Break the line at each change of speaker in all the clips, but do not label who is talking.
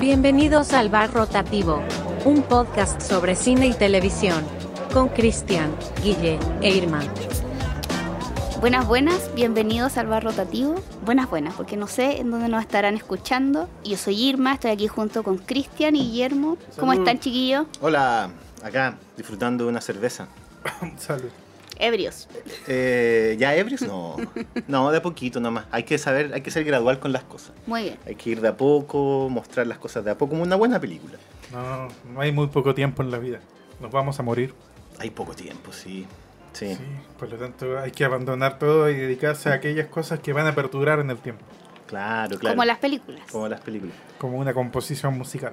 Bienvenidos al Bar Rotativo, un podcast sobre cine y televisión, con Cristian, Guille e Irma.
Buenas, buenas, bienvenidos al bar rotativo. Buenas, buenas, porque no sé en dónde nos estarán escuchando. Yo soy Irma, estoy aquí junto con Cristian y Guillermo. ¿Cómo
Salud.
están, chiquillos?
Hola, acá, disfrutando de una cerveza.
Salud.
Ebrios.
Eh, ¿Ya ebrios? No, no, de a poquito nomás. Hay que saber, hay que ser gradual con las cosas.
Muy bien.
Hay que ir de a poco, mostrar las cosas de a poco, como una buena película.
No, no hay muy poco tiempo en la vida. Nos vamos a morir.
Hay poco tiempo, sí. Sí.
Sí. Por lo tanto, hay que abandonar todo y dedicarse a aquellas cosas que van a perdurar en el tiempo.
Claro, claro.
Como las películas.
Como las películas.
Como una composición musical.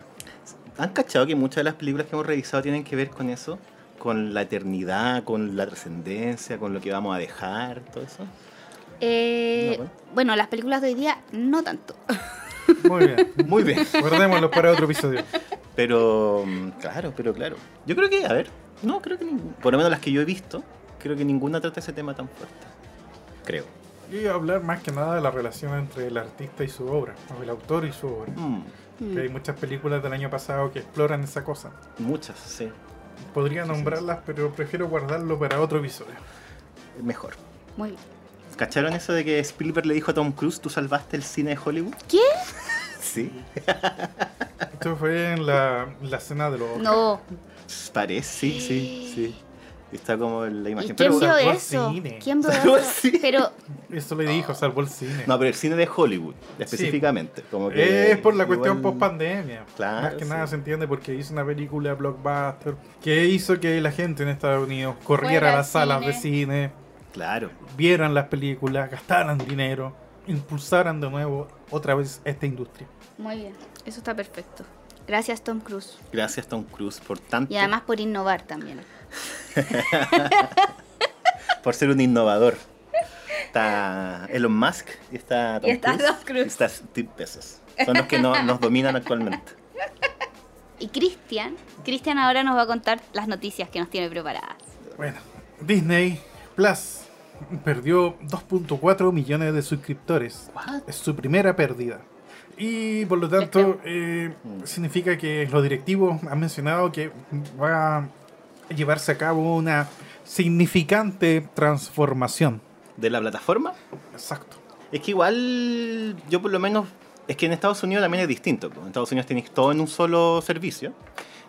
¿Han cachado que muchas de las películas que hemos revisado tienen que ver con eso? Con la eternidad, con la trascendencia, con lo que vamos a dejar, todo eso.
Eh,
No, pues? bueno.
bueno, las películas de hoy día no tanto.
Muy bien.
Muy bien.
Guardémoslo para otro episodio.
Pero, mm, claro, pero claro. Yo creo que, a ver, no, creo que ninguna. Por lo menos las que yo he visto, creo que ninguna trata ese tema tan fuerte. Creo.
Yo iba a hablar más que nada de la relación entre el artista y su obra, o el autor y su obra.
Mm,
Que hay muchas películas del año pasado que exploran esa cosa.
muchas, sí.
Podría nombrarlas, pero prefiero guardarlo para otro episodio.
Mejor.
Muy bien.
¿Cacharon eso de que Spielberg le dijo a Tom Cruise, tú salvaste el cine de Hollywood?
¿Qué?
Sí.
Esto fue en la, la cena de los Oscars.
No.
Parece, sí, sí, sí. Está como en la
¿Y
imagen.
quién
Pero,
vio
salvó el
eso?
cine.
¿Quién vio
Salvó el
eso?
cine.
Pero
Eso le dijo, salvó el cine.
no, pero el cine de Hollywood, específicamente. Como que
Es por la
igual-
cuestión post pandemia.
Claro,
Más que
sí.
nada se entiende porque hizo una película blockbuster que hizo que la gente en Estados Unidos corriera
Fuera
a las
al
salas
cine.
de cine,
Claro.
vieran las películas, gastaran dinero, impulsaran de nuevo otra vez esta industria.
muy bien. Eso está perfecto. Gracias, Tom Cruise.
Gracias Tom Cruise por tanto,
Y además por innovar también.
por ser un innovador. Está Elon Musk y está Tom
Y está
Cruise.
Tom Cruise.
Y está Steve Bezos. Son los que no- nos dominan actualmente.
Y Cristian, Cristian ahora nos va a contar las noticias que nos tiene preparadas.
Bueno, Disney Plus perdió 2.4 millones de suscriptores. Es su primera pérdida. Y por lo tanto, eh,
Mm.
significa que los directivos han mencionado que va a llevarse a cabo una significante transformación.
¿De la plataforma?
Exacto.
Es que igual, yo por lo menos, es que en Estados Unidos también es distinto. pues. En Estados Unidos tenéis todo en un solo servicio.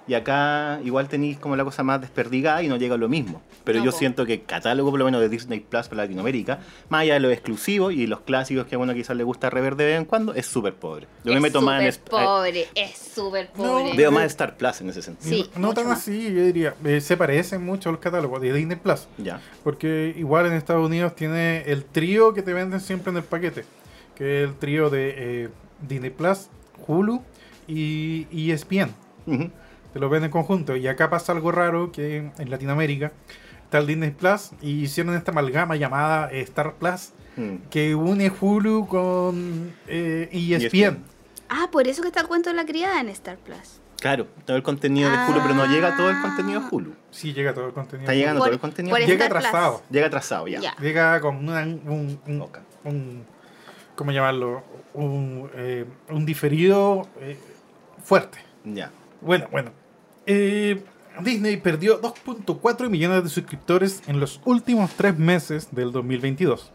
Y acá igual tenéis como la cosa más desperdigada y no llega a lo mismo. Pero
No,
yo
po.
siento que el catálogo por lo menos de Disney Plus para Latinoamérica, más allá de los exclusivos y los clásicos que a uno quizás le gusta rever de vez en cuando, es súper pobre. Yo me
es
meto más en
súper
Sp- eh,
pobre, es súper pobre.
Veo más Star Plus en ese sentido.
Sí,
no
mucho
tan
más.
así, yo diría. eh, se parecen mucho los catálogos de Disney Plus.
Ya.
Porque igual en Estados Unidos tiene el trío que te venden siempre en el paquete. Que es el trío de eh, Disney Plus, Hulu y E ESPN.
Ujú.
Te lo venden en conjunto. Y acá pasa algo raro que en Latinoamérica está el Disney Plus y hicieron esta amalgama llamada eh, Star Plus
Mm.
que une Hulu con eh,
E
ESPN.
Ah, por eso que está el cuento de la criada en Star Plus.
Claro, todo el contenido de Hulu, pero no llega todo el contenido de
Ah.
Hulu.
Sí, llega todo el contenido.
Está llegando
Por-
todo el contenido.
por
de Hulu.
Llega
Star Plus.
atrasado.
Llega atrasado ya.
Ya.
Llega con una- un, un-
Ok.
un- ¿Cómo llamarlo? Un, eh, un diferido eh, fuerte.
Ya.
Bueno, bueno. Eh, Disney perdió 2.4 millones de suscriptores en los últimos tres meses del 2022.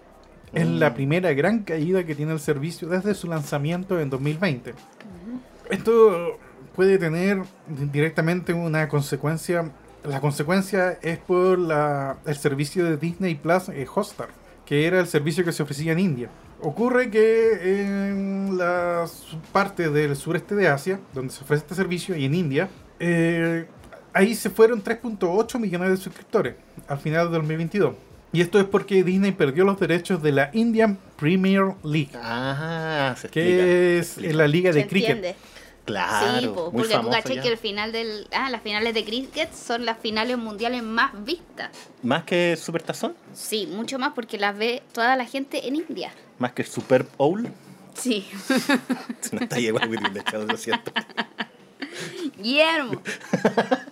Es
Mm.
la primera gran caída que tiene el servicio desde su lanzamiento en 2020. Esto puede tener directamente una consecuencia. La consecuencia es por la- el servicio de Disney Plus eh, Hotstar, que era el servicio que se ofrecía en India. Ocurre que en la su- parte del sureste de Asia, donde se ofrece este servicio, y en India, eh, ahí se fueron 3.8 millones de suscriptores al final de 2022. Y esto es porque Disney perdió los derechos de la Indian Premier League,
Ah, se explica.
que es
explica.
la liga
¿Se
de cricket.
entiende?
Claro.
sí, po,
muy
porque tú
famoso
caché
ya.
que el final del. Ah, las finales de cricket son las finales mundiales más vistas.
Más que Super Tazón,
Sí, mucho más porque las ve toda la gente en India.
más que Super Bowl.
Sí.
No está igual, Whitney, de hecho, lo siento.
Guillermo.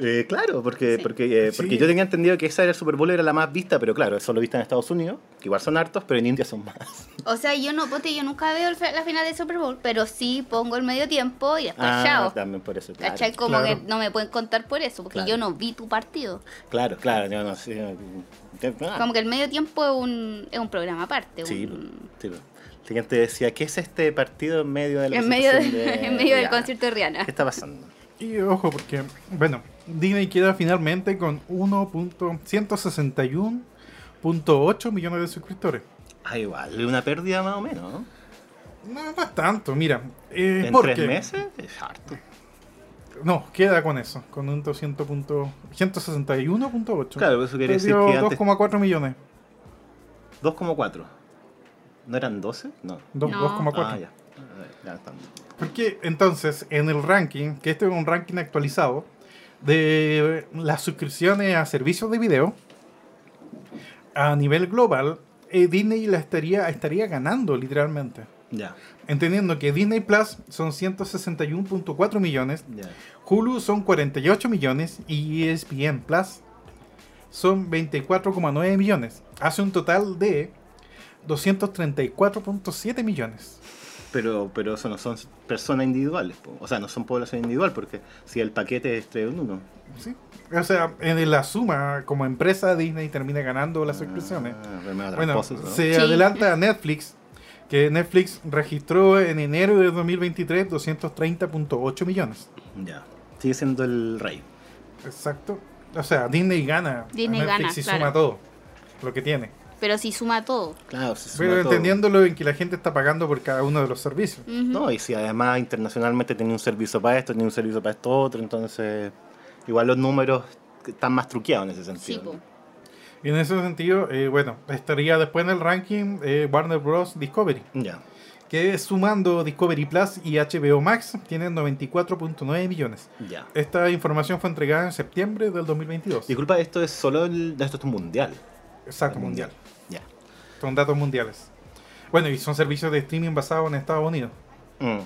Eh, claro, porque,
Sí.
porque, eh,
Sí.
porque yo tenía entendido que esa era el Super Bowl, era la más vista, pero claro, eso lo vista en Estados Unidos, que igual son hartos, pero en India son más.
O sea, yo no, ponte, yo nunca veo el fe- la final del Super Bowl, pero sí pongo el medio tiempo y después
Ah,
chao.
también por eso. Claro,
¿Cachai? Como
Claro.
que no me pueden contar por eso, porque
Claro.
yo no vi tu partido.
claro, claro, yo no sé, yo- yo- ah,
Como que el medio tiempo es un, es un programa aparte.
Sí, pues,
un-
sí. La gente decía, ¿qué es este partido en medio de la
en, medio de-
presentación de
en medio del
Rihanna?
concierto de Rihanna.
¿Qué está pasando?
Y ojo, porque, bueno, Disney queda finalmente con 1.161.8 millones de suscriptores.
Ah, igual, una pérdida más o menos, ¿no?
No, no es tanto, mira. eh,
En
porque-
tres meses es harto.
No, queda con eso, con un 200 punto- 161.8.
Claro, eso quiere decir
Perdió
que antes
2,4 millones.
2,4. ¿No eran 12? No.
Dos-
No.
2,4.
Ah, ya. A ver, ya están.
Porque entonces, en el ranking, que este es un ranking actualizado, de las suscripciones a servicios de video, a nivel global, eh, Disney la estaría, estaría ganando literalmente.
Ya,
Entendiendo que Disney Plus son 161.4 millones,
ya.
Hulu son 48 millones y E ESPN Plus son 24,9 millones. Hace un total de 234.7 millones.
Pero, pero eso no son personas individuales, po. o sea, no son población individual, porque si el paquete es 3 en 1.
¿sí? O sea, en la suma, como empresa Disney termina ganando las suscripciones.
Ah,
Bueno, se
Sí.
adelanta a Netflix, que Netflix registró en enero de 2023 230.8 millones.
Ya, sigue siendo el rey.
Exacto. O sea, Disney gana. a
Disney
Netflix
gana,
y
claro.
suma todo lo que tiene.
Pero si suma todo.
Claro, se suma
Pero
todo.
entendiéndolo en que la gente está pagando por cada uno de los servicios.
Ujú.
No, y si además internacionalmente tiene un servicio para esto, tiene un servicio para esto otro, entonces igual los números están más truqueados en ese
Sí,
sentido.
po.
Y en ese sentido, eh, bueno, estaría después en el ranking eh, Warner Bros. Discovery,
Ya,
que sumando Discovery Plus y HBO Max tienen 94.9 millones.
ya.
Esta información fue entregada en septiembre del 2022.
Disculpa, esto es solo el, esto es un mundial.
Exacto,
El
mundial.
Ya.
Son datos mundiales. Bueno, y son servicios de streaming basados en Estados Unidos.
Mm.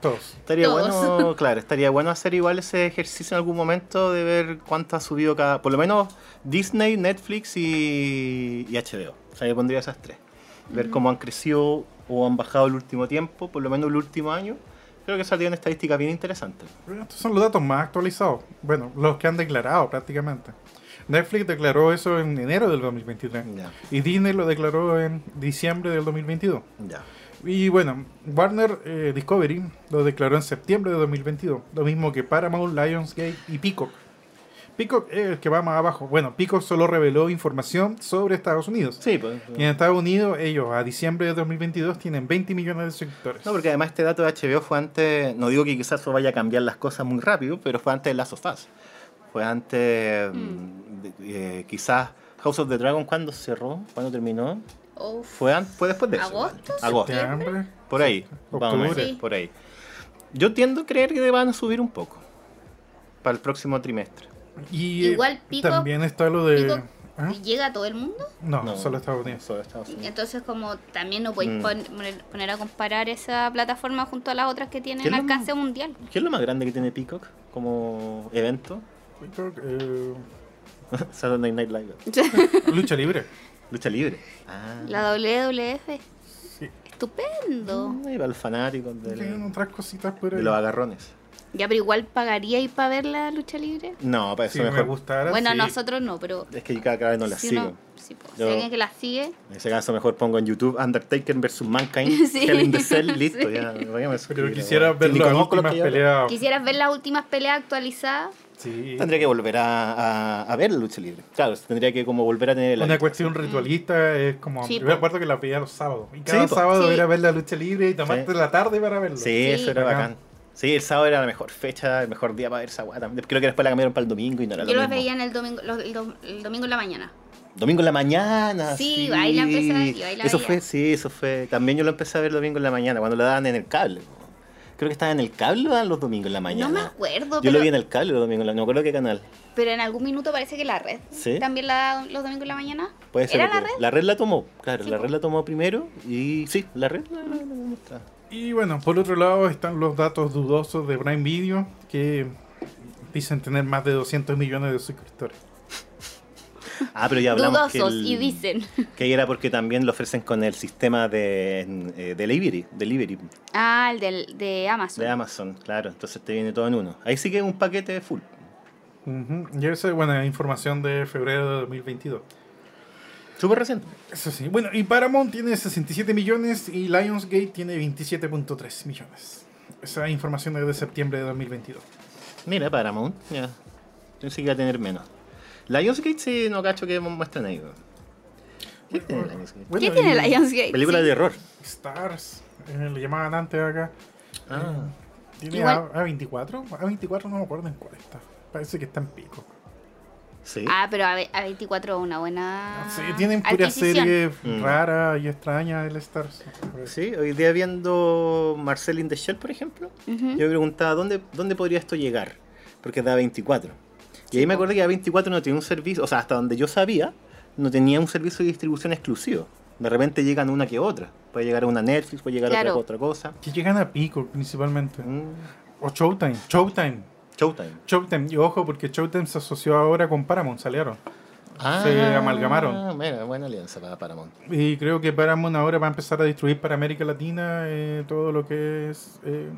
Todos.
Estaría
Todos.
bueno, claro, estaría bueno hacer igual ese ejercicio en algún momento de ver cuánto ha subido cada, por lo menos Disney, Netflix y, y HBO. O sea, yo pondría esas tres. Ver cómo han crecido o han bajado el último tiempo, por lo menos el último año. Creo que saldría una estadística bien interesante.
Bueno, Estos son los datos más actualizados. Bueno, los que han declarado prácticamente. Netflix declaró eso en enero del 2023.
Ya,
Y Disney lo declaró en diciembre del 2022.
ya.
Y bueno, Warner eh, Discovery lo declaró en septiembre de 2022. Lo mismo que Paramount, Lionsgate y Peacock. Peacock es el que va más abajo. Bueno, Peacock solo reveló información sobre Estados Unidos.
Sí, pues.
Y en Estados Unidos, ellos a diciembre de 2022 tienen 20 millones de suscriptores.
No, porque además este dato de HBO fue antes, no digo que quizás eso vaya a cambiar las cosas muy rápido, pero fue antes de Last of Us. Fue antes, mm, de- eh, quizás House of the Dragon, cuando cerró? cuando terminó?
Uf.
Fue, an- fue después de eso.
¿Agosto?
Este
Agosto.
¿Septiembre?
Por ahí. Vamos a ver,
Octubre.
Sí.
por ahí. Yo tiendo a creer que van a subir un poco para el próximo trimestre.
Y eh,
Igual Peacock-
también está lo de...
Peacock-
¿Ah?
¿Llega a todo el mundo?
No, solo Estados Unidos.
Solo Estados Unidos.
Entonces, como también no podéis
Mm.
pon- poner, poner a comparar esa plataforma junto a las otras que
¿Qué es
tienen
lo
alcance mundial.
¿Qué es lo más grande que tiene Peacock como evento?
Peacock, eh,
Saturday Night Live.
lucha libre.
Lucha libre. Ah.
La WWF.
Sí. Mm.
Estupendo.
Y para Mm, el fanático del-
Tienen otras cositas por
de
ahí.
los agarrones.
Ya, pero igual pagaría y para ver la lucha libre.
No, para eso
Si me
mejor.
gustara,
Bueno,
sí.
nosotros no, pero
Es que yo cada, cada vez no la
si
sigo.
uno- sí, po. Si
Yo-
alguien que la sigue,
En ese caso, mejor pongo en YouTube Undertaker vs Mankind.
Sí.
Hell in the Cell, listo,
Sí.
ya. voy a me suscribir,
Pero quisiera
bueno.
ver
Ni
las
conozco los
últimas
que yo-
peleas.
quisieras ver las últimas peleas actualizadas.
Sí.
Tendría que volver a, a- a ver la lucha libre. Claro, tendría que como volver a tener el
Una cuestión ritualista es como.
Sí,
yo
po.
me acuerdo que la pedía los sábados. Y cada
po.
sábado
Sí.
era ver la lucha libre y tomarte
Sí.
la tarde para verlo.
Sí,
Sí.
eso era
Bacán.
bacán. Sí, el sábado era la mejor fecha, el mejor día para ver esa guata. Creo que después la cambiaron para el domingo y no era
Yo
lo
las
mismo.
veía en el domingo, los- el, dom- el domingo en la mañana.
Domingo en la mañana.
Sí, ahí la empecé a ver, yo ahí la
Eso
veía.
fue, sí, eso fue. También yo lo empecé a ver domingo en la mañana, cuando lo daban en el cable. Creo que estaba en el cable o daban los domingos en la mañana.
No me acuerdo,
Yo
pero,
lo vi en el cable los domingos, en la- no me acuerdo qué canal.
pero en algún minuto parece que la red
Sí.
también la da los domingos en la mañana.
Puede ser
¿Era
porque
la red?
La red la tomó, claro,
Sí,
la
po.
red la tomó primero y sí, la red la, la- la- la mostraba.
Y bueno, por otro lado están los datos dudosos de Prime Video, que dicen tener más de 200 millones de suscriptores.
Ah, pero ya hablamos que,
Dudosos
el-
y dicen.
que era porque también lo ofrecen con el sistema de en, eh, delivery, delivery
Ah, el del, de Amazon.
de Amazon, claro. Entonces te viene todo en uno. Ahí sí que es un paquete full.
Ujú. Y esa es buena información de febrero de 2022.
Súper reciente.
Eso sí. Bueno, y Paramount tiene 67 millones y Lionsgate tiene 27.3 millones. Esa información es de septiembre de 2022.
Mira, Paramount, ya. Yo sí que iba a tener menos. Lionsgate sí, no cacho que muestran ahí. weón. ¿Qué tiene Eh, Lionsgate?
¿Qué
Bueno,
tiene
y
Lionsgate?
Película
Sí.
de error.
Stars, eh, le llamaban antes acá.
Ah.
¿Tiene
Igual-
A, 24 A24 no me acuerdo en cuál está. Parece que está en pico.
Sí.
Ah, pero a, ve- a 24 una buena.
Sí, tienen pura
adquisición.
serie
Mm.
rara y extraña el Stars.
Sí, hoy día viendo Marcel in the Shell, por ejemplo,
Ujú.
yo me preguntaba dónde, dónde podría esto llegar, porque da 24. Y ahí me acuerdo que A24 no tenía un servicio, o sea, hasta donde yo sabía, no tenía un servicio de distribución exclusivo. De repente llegan una que otra. Puede llegar a una Netflix, puede llegar a
Claro.
otra, otra cosa.
Que llegan a pico principalmente.
Mm,
O Showtime. Showtime.
Showtime.
Showtime. Y ojo, porque Showtime se asoció ahora con Paramount, salieron. Se amalgamaron.
Ah, Mira, buena alianza para Paramount.
Y creo que Paramount ahora va a empezar a distribuir para América Latina eh, todo lo que es eh,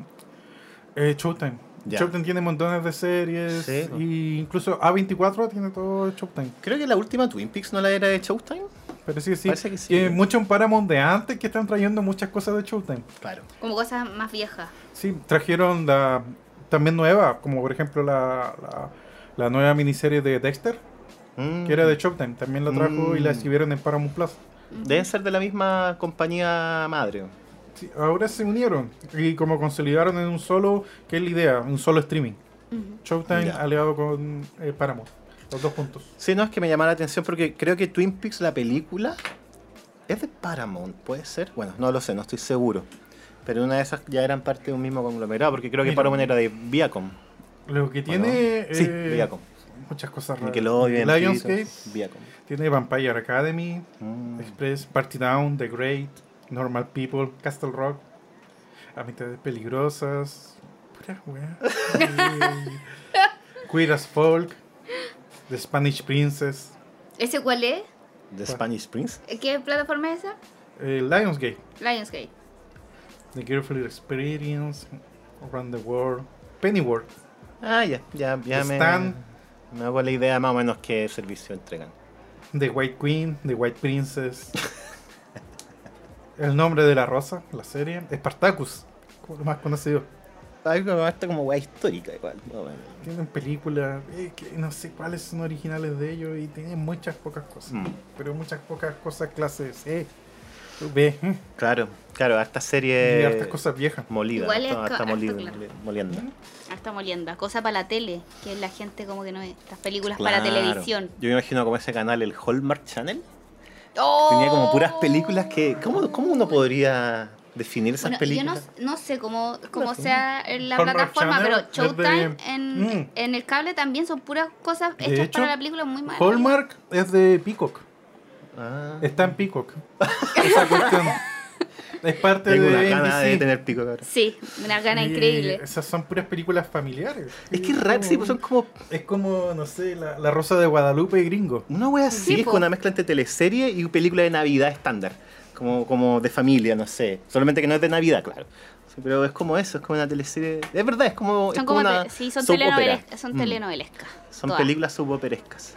eh, Showtime.
Ya.
Showtime tiene montones de series.
Sí, po.
Y incluso A24 tiene todo Showtime.
Creo que la última Twin Peaks no la era de Showtime.
Parece que sí.
Parece que sí.
Y hay mucho en Paramount de antes que están trayendo muchas cosas de Showtime.
Claro.
Como cosas más viejas.
Sí, trajeron la también nueva, como por ejemplo la, la, la nueva miniserie de Dexter, que era de Showtime. También la trajo y la
Mm.
exhibieron en Paramount Plus.
Deben ser de la misma compañía madre.
Sí, ahora se unieron y como consolidaron en un solo, que es la idea, un solo streaming.
Ujú.
Showtime
Ya.
aliado con eh, Paramount. Los dos juntos.
Sí, no, es que me llamó la atención porque creo que Twin Peaks, la película, es de Paramount, ¿puede ser? Bueno, no lo sé, no estoy seguro. Pero una de esas ya eran parte de un mismo conglomerado, porque creo que
Mira.
Paramount era de Viacom.
Lo que
¿o
tiene
no? Sí,
eh,
Viacom.
muchas cosas raras.
Nickelodeon,
Lionsgate
Pixar, Viacom.
tiene Vampire Academy,
Mm.
Express, Party Down, The Great, Normal People, Castle Rock, Amistades Peligrosas, pura wea. Eh, Queer as Folk, The Spanish Princess,
¿Ese cuál es?
The Spanish Prince.
¿Qué plataforma es esa?
eh, Lionsgate,
Lionsgate.
The Girlfriend Experience, Around the World, Pennyworth.
Ah, ya, ya, ya me,
Stan.
me hago la idea más o menos qué servicio entregan.
The White Queen, The White Princess. El nombre de la rosa, la serie. Spartacus, como lo más conocido.
Algo más como guay histórica igual. más o menos.
Tienen películas, eh, que no sé cuáles son originales de ellos y tienen muchas pocas cosas.
Mm.
Pero muchas pocas cosas clases C, B, mm,
Claro, claro, harta
y
serie
hartas cosas viejas.
molida.
Igual es
harta-
ca-
harta
harta,
molida,
claro.
molienda.
Hasta Ah, molienda. Cosa para la tele. Que la gente como que no ve. Estas películas para
Claro.
televisión.
Yo me imagino como ese canal, el Hallmark Channel.
¡Oh!
Tenía como puras películas que. ¿Cómo, cómo uno podría definir esas
Bueno, yo no,
películas?
no sé cómo, cómo sea en la
Hallmark
plataforma,
Channel,
pero Showtime
desde-
en,
Mm.
en el cable también son puras cosas
De
hechas
hecho,
para la película muy malas.
Hallmark es de Peacock.
Ah,
Está en Peacock. Esa cuestión es parte
tengo una
de
gana de
NBC.
tener pico, cabrón.
Sí, una gana
Y
increíble.
Esas son puras películas familiares.
Es que es raro, sí, pues son como
Es como, no sé, la, la Rosa de Guadalupe y gringo.
una wea así,
Sí,
es
po.
como una mezcla entre teleserie y película de Navidad estándar. Como, como de familia, no sé. Solamente que no es de Navidad, claro. Sí, Pero es como eso, es como una teleserie. Es verdad, es como. es
Son
como
como,
una
te- sí, son
soap opera.
telenovelescas. Son
Mm.
telenovelescas.
Son
todas.
películas suboperescas.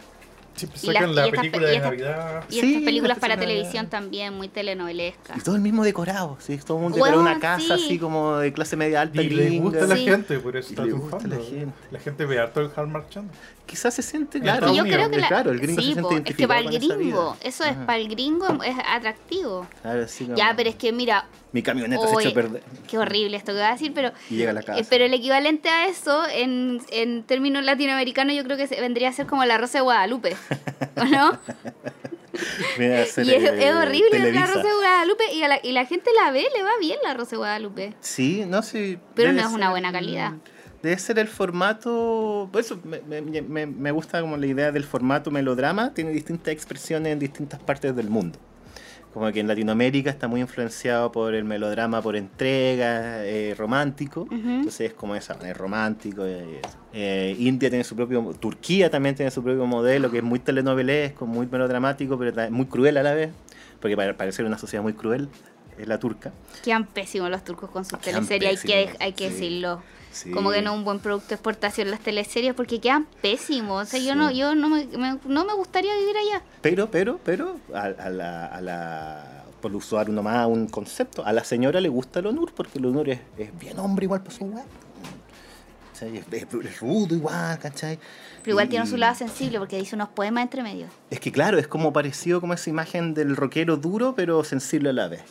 Siempre
Y las-
sacan
y
la
estas pe-
película
y
de
estas-
Navidad.
Y
Sí,
estas películas
las
para
personas-
televisión también, muy
Y
telenovelescas.
todo el mismo decorado, ¿sí? Todo el mundo decoró
Weón,
una casa
sí.
así como de clase media alta.
Y le
gringa.
gusta a la
Sí.
gente, por eso
Y
está
le gusta a la
triunfando.
gente.
La gente ve harto el Hallmark Channel.
Quizás se siente,
Y
claro.
Y yo
Unidos,
creo que la-
claro, el gringo
sí,
se siente
po, es que
identificado
para el
con esa
gringo,
vida.
eso es
Ajá.
para el gringo es atractivo.
Claro, sí, como-
Ya, pero es que mira,
Mi camioneta se
Oye,
echó a perder.
qué horrible esto que voy a decir, pero
Y llega a la casa.
Eh, Pero el equivalente a eso, en, en términos latinoamericanos, yo creo que se- vendría a ser como la Rosa de Guadalupe, ¿o no?
Voy a hacer,
y es,
eh,
es horrible
Televisa.
la Rosa de Guadalupe y, a la, y la gente la ve, le va bien la Rosa de Guadalupe.
Sí, no sé.
Pero
debe
no es una
ser-
buena calidad.
Debe ser el formato. Por eso me, me- me- me gusta como la idea del formato melodrama. Tiene distintas expresiones en distintas partes del mundo. Como que en Latinoamérica está muy influenciado por el melodrama por entrega, eh, romántico. Entonces es como esa, es romántico. eh, eh, India tiene su propio, Turquía también tiene su propio modelo, que es muy telenovelesco, muy melodramático, pero ta- muy cruel a la vez. Porque para parecer una sociedad muy cruel es la turca.
Quedan pésimos los turcos con sus
Quedan
teleseries, hay que,
pésimos,
hay que
sí.
decirlo.
Sí.
Como que no es un buen producto de exportación las teleseries porque quedan pésimos. O sea, yo
Sí.
no yo no me, me- no me gustaría vivir allá.
Pero, pero, pero, a, a la, a la- por usar uno más un concepto, a la señora le gusta el honor, porque el honor es, es bien hombre igual por su weá. ¿Cachai? Es, es- es rudo igual, ¿cachai?
Pero igual
Y-
tiene su lado sensible porque dice unos poemas entre medio.
Es que claro, es como parecido como esa imagen del rockero duro, pero sensible a la vez.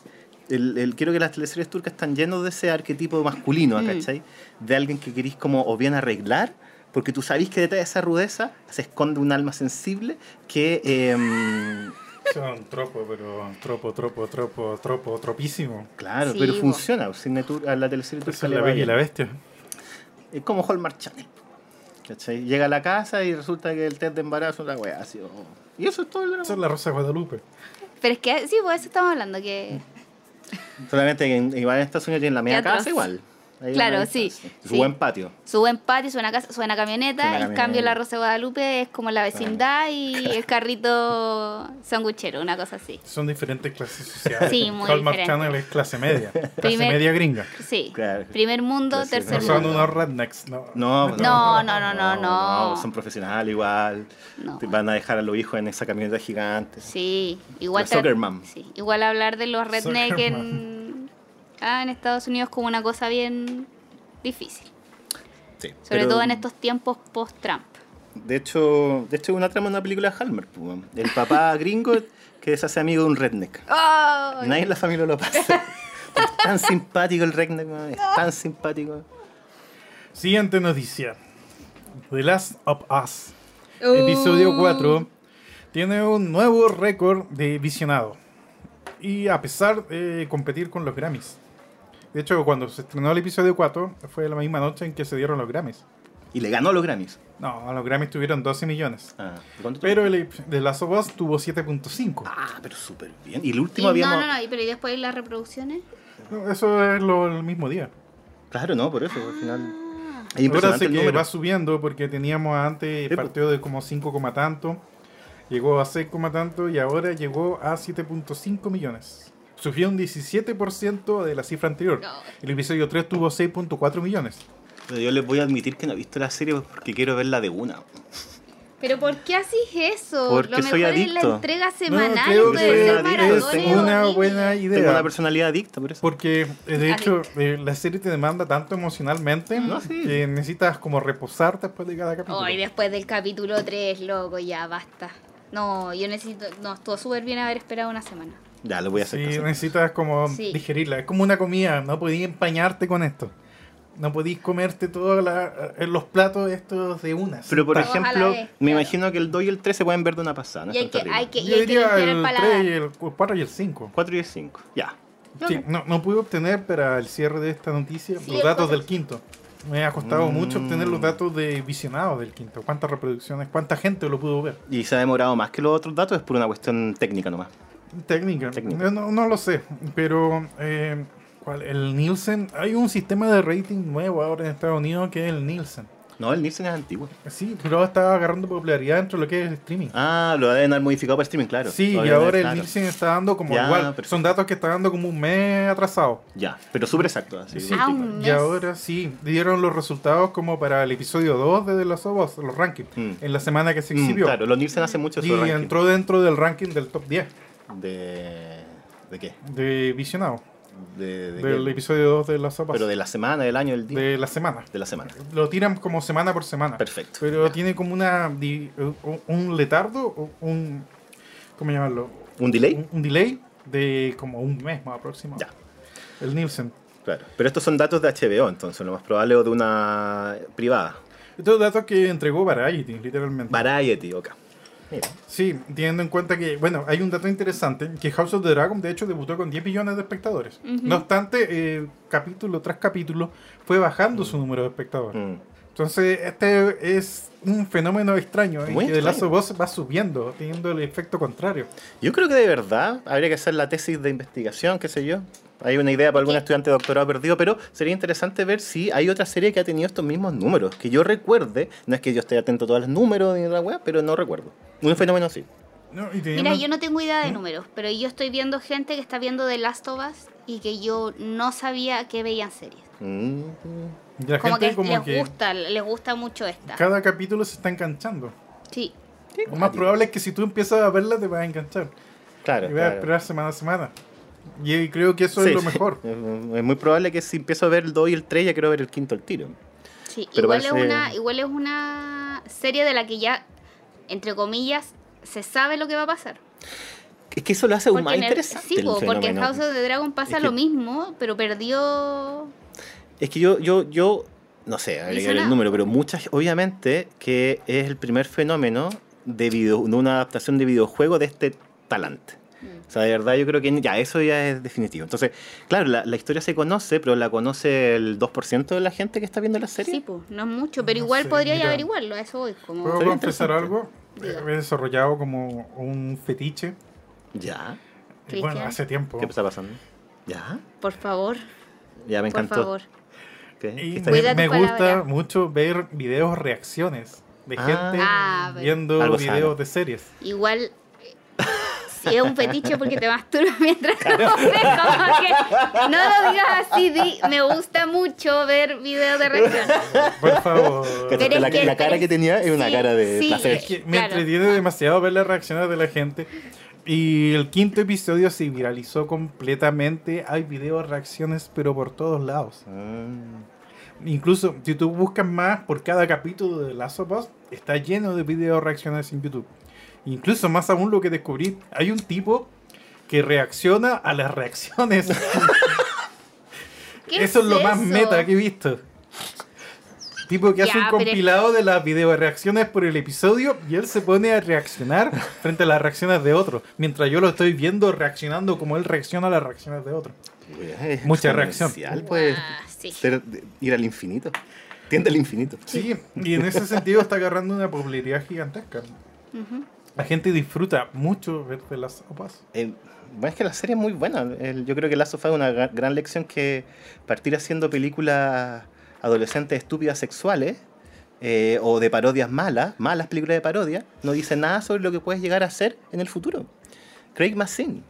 El, el- creo que las teleseries turcas están llenas de ese arquetipo masculino, ¿ah?
Mm.
¿cachai? De alguien que querís como o bien arreglar, porque tú sabés que detrás de esa rudeza se esconde un alma sensible que... em,
Son tropo, pero tropo, tropo, tropo, tropo, tropísimo.
Claro,
Sí,
pero
bo.
funciona. sin netur- a la teleserie
Esa
turca
es
le
la
va
bella y
bien.
la bestia.
Es como Hallmark Channel. ¿Cachai? Llega a la casa y resulta que el test de embarazo es una weá. así, oh. Y eso es todo el drama.
Esa es la rosa de Guadalupe.
Pero es que sí, por eso estamos hablando que
Solamente que en, igual en Estados Unidos tienen la media
Qué atroz.
casa igual. Ahí
Claro,
la media
sí,
casa. Su
sí.
buen patio.
Sube en patio, suena, casa, suena camioneta,
Suena
en
camioneta.
cambio la Rosa de Guadalupe es como la vecindad y el carrito sanguchero, una cosa así.
Son diferentes clases sociales.
Sí, muy
Hallmark
diferente.
Channel es clase media. Clase
Primer-
media gringa.
Sí.
Claro.
Primer mundo,
Gracias.
No
tercer
son
mundo.
unos rednecks, no.
No,
No, no, no, no, no.
Son profesionales igual.
No.
Te Van a dejar a los hijos en esa camioneta gigante.
Sí, igual,
La soccer mom.
sí, igual hablar de los redneck
Soccer
en, ah, en Estados Unidos como una cosa bien difícil,
Sí,
sobre
pero-
todo en estos tiempos post-Trump.
De hecho, de hecho es una trama de una película de Hallmark. po, weón. El papá gringo que se hace amigo de un redneck.
¡Oh!
Nadie en la familia lo pasa. Es tan simpático el Redneck, man, es
Ah.
tan simpático.
Siguiente noticia. The Last of Us. Episodio 4 tiene un nuevo récord de visionado. Y a pesar de competir con los Grammys. De hecho, cuando se estrenó el episodio 4, fue la misma noche en que se dieron los Grammys.
Y le ganó los Grammys.
No, los Grammys tuvieron 12 millones.
Ah, ¿cuánto tuvo?
Pero el The Last of Us tuvo 7.5.
Ah, pero súper bien. Y el
Y
último
no,
habíamos.
no, no, y- pero ¿y después las reproducciones?
No, Eso es lo, el mismo día.
Claro, no, por eso, al final.
Ah,
Es
Ahora
impresionante
sé
el
que
número.
va subiendo porque teníamos antes,
Sí, pues. po.
partió de como 5, coma tanto, llegó a 6, coma tanto y ahora llegó a 7.5 millones. Subió un 17% de la cifra anterior.
No.
El episodio 3 tuvo 6.4 millones.
Pero yo les voy a admitir que no he visto la serie pues, porque quiero verla de una.
¿Pero por qué haces eso?
Porque
Lo mejor
soy
es la
adicto.
entrega
No,
semanal
creo
de
puede
que
ser
es
maratones
maratón,
una
horribles.
buena
Tengo una
idea.
personalidad adicta, por eso.
Porque eh, de hecho eh, la serie te demanda tanto emocionalmente
No, sí.
que necesitas como reposar después de cada capítulo.
Mm. Ay, después del capítulo 3, loco, ya basta. No, yo necesito. No, estuvo súper bien haber esperado una semana.
Ya, lo voy a hacer.
Sí,
caso.
necesitas como
Sí.
digerirla. Es como una comida, no podías empañarte con esto. No podías comerte todos los platos estos de una.
Pero por
Todos a la
ejemplo,
vez,
me
claro.
imagino que el 2 y el 3 se pueden ver de una pasada. ¿no?
Y hay que,
Esto es terrible.
hay que, y
Yo
hay que
diría
limpiar el
el 3, y
paladar.
el 4 y el 5.
4 y el 5. Ya.
Sí, no, no pude obtener para el cierre de esta noticia
Sí,
los
el
datos
cuatro.
del quinto. Me ha costado
Mm.
mucho obtener los datos de visionados del quinto. ¿Cuántas reproducciones? ¿Cuánta gente lo pudo ver?
Y se ha demorado más que los otros datos, es por una cuestión técnica nomás.
Técnica.
Técnica.
No, no lo sé, pero eh, ¿cuál? el Nielsen. Hay un sistema de rating nuevo ahora en Estados Unidos que es el Nielsen.
No, el Nielsen es antiguo.
Sí, pero estaba agarrando popularidad dentro de lo que es el streaming.
Ah, lo deben haber modificado para streaming, claro.
sí,
Lo
y
deben haber-
ahora el
claro.
Nielsen está dando como
Ya,
igual.
perfecto.
Son datos que está dando como un mes atrasado.
Ya, pero súper exacto. Así,
Sí.
Ah, un-
Y
mes.
ahora sí, dieron los resultados como para el episodio 2 de The Last of Us, los rankings,
Mm.
en la semana que se
Mm,
exhibió.
claro, los Nielsen hace mucho
y
su ranking.
entró dentro del ranking del top 10
De... ¿De qué?
de visionado.
De, de
Del
qué?
episodio 2 de The Last of Us.
Pero de la semana, del año, del día. De,
de la semana.
la semana.
Lo tiran como semana por semana.
Perfecto.
Pero tiene como una di- un- un letardo, o un ¿cómo llamarlo?
¿Un delay?
un, un delay de como un mes más aproximado.
Ya,
El Nielsen.
claro. Pero estos son datos de HBO, entonces, lo más probable o de una privada.
Estos datos que entregó Variety, literalmente.
Variety, ok. Mira.
sí, teniendo en cuenta que, bueno, hay un dato interesante, que House of the Dragon de hecho debutó con 10 millones de espectadores. No obstante, eh, capítulo tras capítulo fue bajando su número de espectadores.
Mm.
Entonces, este es un fenómeno extraño.
Muy
y que The Last
extraño.
of Us va subiendo, teniendo el efecto contrario.
Yo creo que de verdad habría que hacer la tesis de investigación, qué sé yo. Hay una idea para algún estudiante de doctorado perdido, pero sería interesante ver si hay otra serie que ha tenido estos mismos números. Que yo recuerde, no es que yo esté atento a todos los números ni la web, pero no recuerdo. Un fenómeno así.
No, y teniendo-
Mira, yo no tengo idea de números, pero yo estoy viendo gente que está viendo The Last of Us y que yo no sabía que veían series.
Mm.
y la
como
gente
que
como
les
que
gusta, les gusta mucho esta.
cada capítulo se está enganchando.
Sí.
Lo más probable es que si tú empiezas a verla te vas a enganchar.
Claro,
Y vas a
claro.
esperar semana a semana. Y creo que eso
Sí,
es lo
sí.
mejor.
Es muy probable que si empiezo a ver el 2 y el 3 ya quiero ver el quinto al tiro.
Sí,
Pero
igual,
parece-
es una, igual es una serie de la que ya, entre comillas, se sabe lo que va a pasar.
Es que eso lo hace aún más
en el-
interesante.
sí,
el
po, porque en
fenómeno.
House of the Dragon pasa
Es que-
lo mismo, pero perdió...
Es que yo, yo, yo, no sé, habría que
Dice
ver el
la-
número, pero muchas, obviamente, que es el primer fenómeno de, video, de una adaptación de videojuego de este talante.
Mm.
O sea, de verdad yo creo que ya eso ya es definitivo. Entonces, claro, la, la historia se conoce, pero la conoce el 2% de la gente que está viendo la serie.
Sí, po, no es mucho,
No
pero igual
sé,
podría
mira.
averiguarlo, a eso voy. Como...
¿Puedo
Sería
confesar algo?
interesante.
Diga.
He desarrollado como un fetiche.
Ya.
Y Bueno,
Cristian.
hace tiempo.
¿Qué está pasando? Ya.
Por favor,
Ya me
por
encantó.
favor.
¿Qué? ¿Qué
Y
está
me,
Cuida
bien?
tu
me gusta
palabra.
mucho ver videos reacciones de
Ah.
gente
Ah, pero-
viendo
Algo
videos
sano.
de series.
Igual... eh, Si es un fetiche porque te masturbas mientras lo ves, como que no lo digas así, di, me gusta mucho ver videos de reacción.
Por favor.
Cacha-
Pero
la,
es que-
la cara que tenía es una
sí,
cara de
sí,
placer.
Es que me
Claro.
entretiene demasiado ver las reacciones de la gente. Y el quinto episodio se viralizó completamente. Hay videos reacciones, pero por todos lados.
Ah.
Incluso si tú buscas más por cada capítulo de Last of Us, está lleno de videos reacciones en YouTube. Incluso más aún lo que descubrí, hay un tipo que reacciona a las reacciones.
¿Qué
Eso es lo más
eso?
meta que he visto. Tipo que
Ya,
hace un
pero es-
compilado de las videoreacciones por el episodio y él se pone a reaccionar frente a las reacciones de otro. Mientras yo lo estoy viendo reaccionando como él reacciona a las reacciones de otro.
Güey,
Mucha
Pues, eh, es
reacción.
exponencial, pues,
Ah, sí.
ser- de- ir al infinito. Tiende al infinito.
Sí, y en ese sentido está agarrando una popularidad gigantesca.
Ujú.
La gente disfruta mucho ver de las sopas.
Eh, bueno, es que la serie es muy buena. El- yo creo que Lazo fue una gra- gran lección que partir haciendo películas adolescentes estúpidas sexuales eh, o de parodias malas, malas películas de parodia, no dice nada sobre lo que puedes llegar a ser en el futuro. Craig Mazin,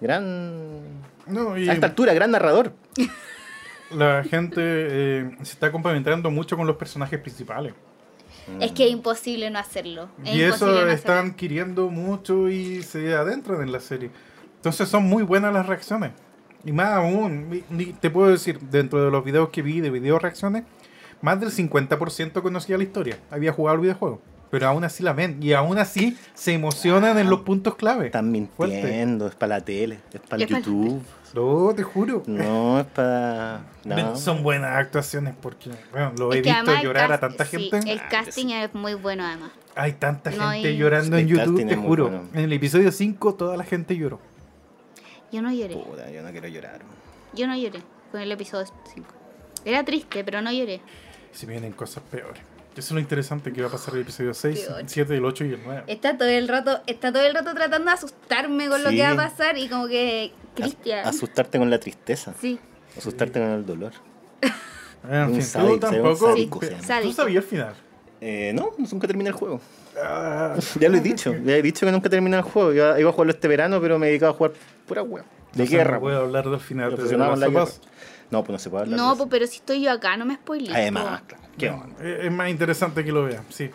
gran...
No, y
A esta altura, gran narrador.
la gente eh, se está complementando mucho con los personajes principales.
Es que es imposible no hacerlo. Es
y eso
imposible no
están
hacerlo.
adquiriendo mucho y se adentran en la serie. Entonces son muy buenas las reacciones. Y más aún, mi- mi- te puedo decir, dentro de los videos que vi de video reacciones, más del 50% conocía la historia, había jugado el videojuego. Pero aún así la ven y aún así se emocionan en los puntos clave.
Están
Fuerte.
mintiendo, es para la tele, es para el
Es para la
YouTube.
No, te juro.
No, es para... No.
Son buenas actuaciones porque bueno, lo
Es
he
que
visto
además el
llorar a
cast-
tanta
sí,
gente.
El
Ah,
casting
sí.
es muy bueno, además.
Hay tanta
No
gente
hay-
llorando en
Es que el
YouTube,
casting
te
es muy
juro.
bueno.
En el episodio 5 toda la gente lloró.
Yo no lloré.
Puta, yo no quiero llorar.
Yo no lloré con el episodio 5. Era triste, pero no lloré.
Si vienen cosas peores. Eso es lo interesante que va a pasar el episodio 6,
Peor.
el 7, el 8 y el 9.
Está todo el rato, está todo el rato tratando de asustarme con lo
Sí.
que va a pasar y como que Cristian.
Asustarte con la tristeza.
Sí.
Asustarte con el dolor.
En
Un
fin,
sádico,
tú tampoco.
sádico se llama.
Tú
Sádico.
sabías el final. Ah,
Eh, no, nunca terminé el juego. Ya lo he dicho. Ya he dicho que nunca terminé el juego. Yo iba a jugarlo este verano, pero me dedicaba a jugar pura hueá. De
O sea,
guerra.
No puedo hablar del final de The
Profesional en la
Last of Us.
guerra. No, pues no se puede hablar.
No,
de
po, pero si estoy yo acá, no me spoilé.
eso. Además, claro. ¿Qué onda?
Eh, Es más interesante que lo vean, sí.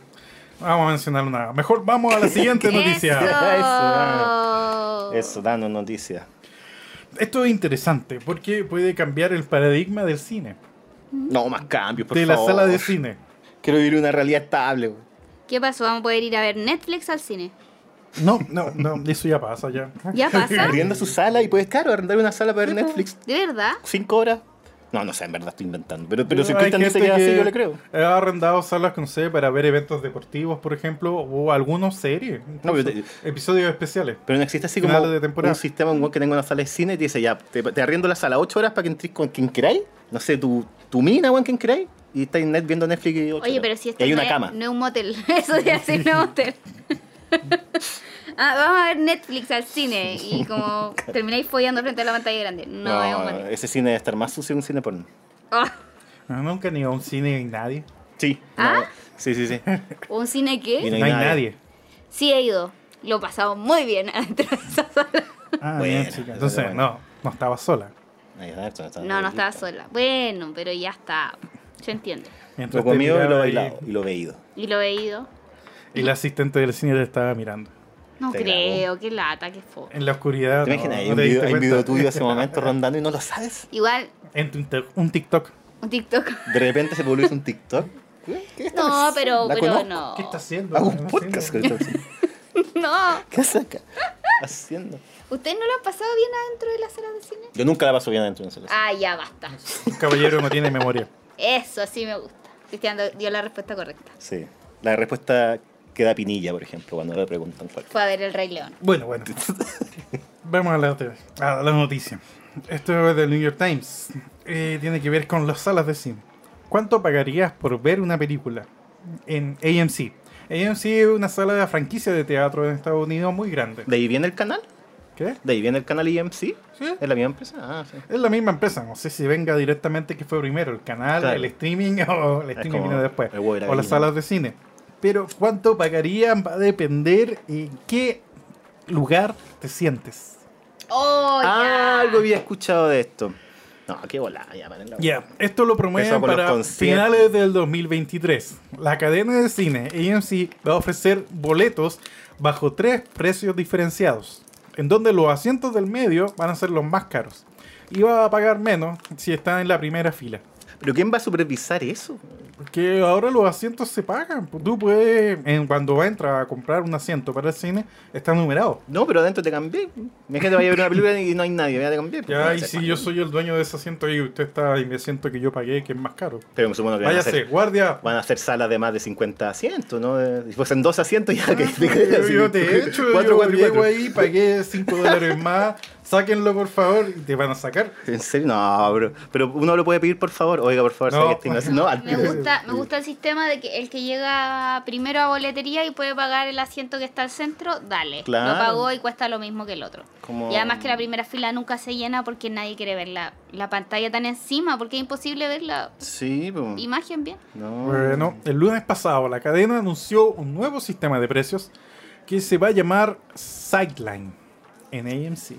Vamos a mencionar una. Mejor vamos a la siguiente noticia.
Eso.
ah. Eso, dando noticias.
Esto es interesante porque puede cambiar el paradigma del cine,
No más cambios, por
de la
favor.
sala de cine.
Quiero vivir una realidad estable. güey.
¿Qué pasó? ¿Vamos a poder ir a ver Netflix al cine?
No, no, no, eso ya pasa ya.
¿Ya pasa?
Arrienda su sala y puedes, claro, arrendar una sala para ver Netflix
¿De verdad?
cinco horas. No, no sé, en verdad estoy inventando. Pero, pero si
Hay
Cristian dice que
gente
es así, yo le creo.
Ha arrendado salas, no sé, para ver eventos deportivos, por ejemplo, o algunos series.
No, pero
incluso, episodios especiales.
Pero no existe así
Finales
como
de temporada.
un sistema un weón que tenga una sala de cine y te dice, ya, te, te arriendo la sala 8 horas para que entres con quien queráis no sé, tu, tu mina, weón, quien creáis, y estáis en net viendo Netflix y,
Oye, pero si
y
esto
hay
no,
una
es,
cama.
no es un motel, eso ya sí no es un motel. ah, vamos a ver Netflix al cine y como termináis follando frente a la pantalla grande. No, es un motel.
ese cine debe estar más sucio que un cine porno.
Ah,
No, nunca ni a un cine ni nadie.
Sí. no,
¿Ah?
sí, sí, sí.
¿Un cine
Y
qué?
No hay nadie.
Sí he ido. Lo he pasado muy bien adentro de esa sala.
Ah,
Bueno,
bien, chica.
eso
Entonces,
es bueno.
no, no estaba sola.
Ahí está, está, está
No, no estaba
Ah, listo.
sola. Bueno, pero ya está. Yo entiendo.
Mientras
Lo
te
comido y lo
miraba ahí,
bailado y lo veído.
Y lo he ido.
Y la asistente del cine te estaba mirando.
No
Te
creo, qué lata, qué fo.
En la oscuridad.
¿Te
no,
imaginas? Hay
no
un
te
video,
diste
hay un video
cuenta.
tuyo hace un momento rondando y no lo sabes.
Igual,
En tu inter- un TikTok.
un TikTok.
De repente se publica un TikTok. ¿Qué, qué estás
No, pero,
haciendo? ¿La
pero
conozco?
no.
¿Qué está haciendo?
Hago
¿Qué
un
está
podcast.
haciendo?
con esta persona.
No,
¿Qué saca? Haciendo.
¿ustedes no lo han pasado bien adentro de las salas de cine?
Yo nunca la paso bien adentro de una sala.
Ah, ya basta.
Un caballero no tiene memoria.
Eso así me gusta. Cristian dio la respuesta correcta.
Sí. La respuesta queda pinilla, por ejemplo, cuando le preguntan cuál.
Fue a ver el Rey León.
Bueno, bueno. Vamos a la, otra- a la noticia. Esto es del New York Times. Eh, tiene que ver con las salas de cine. ¿Cuánto pagarías por ver una película en AMC? AMC es una sala de franquicia de teatro en Estados Unidos muy grande.
¿De ahí viene el canal?
¿Qué?
¿De ahí viene el canal IMC? ¿Sí? ¿Es la misma empresa? Ah,
Oh,
sí.
Es la misma empresa, no sé si venga directamente que fue primero, el canal,
Claro.
el streaming o el streaming
como
vino después,
el huevo y la
o las
gallina.
salas de cine. Pero cuánto pagarían va a depender en qué lugar te sientes.
¡Oh, ya!
Ah, algo había escuchado de esto. No, qué volada, ya, paren la-
Ya, esto lo
Empezó
promueven
con los
para
conciertos.
finales del 2023. La cadena de cine AMC va a ofrecer boletos bajo tres precios diferenciados, en donde los asientos del medio van a ser los más caros. Y va a pagar menos si están en la primera fila.
¿Pero quién va a supervisar eso?
Porque ahora los asientos se pagan. Pues Tú puedes, en, cuando entras a comprar un asiento para el cine, está numerado.
No, pero adentro te cambié. Mi gente vaya a ver una película y no hay nadie, ya te cambié.
Ya, y si yo soy el dueño de ese asiento y usted está en mi asiento que yo pagué, que es más caro.
Pero me supongo que van a,
Váyase,
hacer,
guardia.
van a hacer salas de más de 50 asientos, ¿no? Eh, Si fuesen dos asientos ya que te quedas
Ah, Yo,
así.
yo te he hecho,
Cuatro,
yo
cuatro,
llego
cuatro.
ahí, pagué 5 dólares más, sáquenlo por favor y te van a sacar.
¿En serio? No, bro. Pero uno lo puede pedir, por favor. Oiga, por favor,
No.
saque este inglés. No, al
Me
tiro.
gusta, me gusta el sistema de que el que llega primero a boletería y puede pagar el asiento que está al centro, dale.
Claro.
Lo pagó y cuesta lo mismo que el otro.
Como-
Y además que la primera fila nunca se llena porque nadie quiere ver la, la pantalla tan encima, porque es imposible ver la
Sí, pues.
imagen bien.
No.
Bueno, el lunes pasado la cadena anunció un nuevo sistema de precios que se va a llamar Sideline en AMC.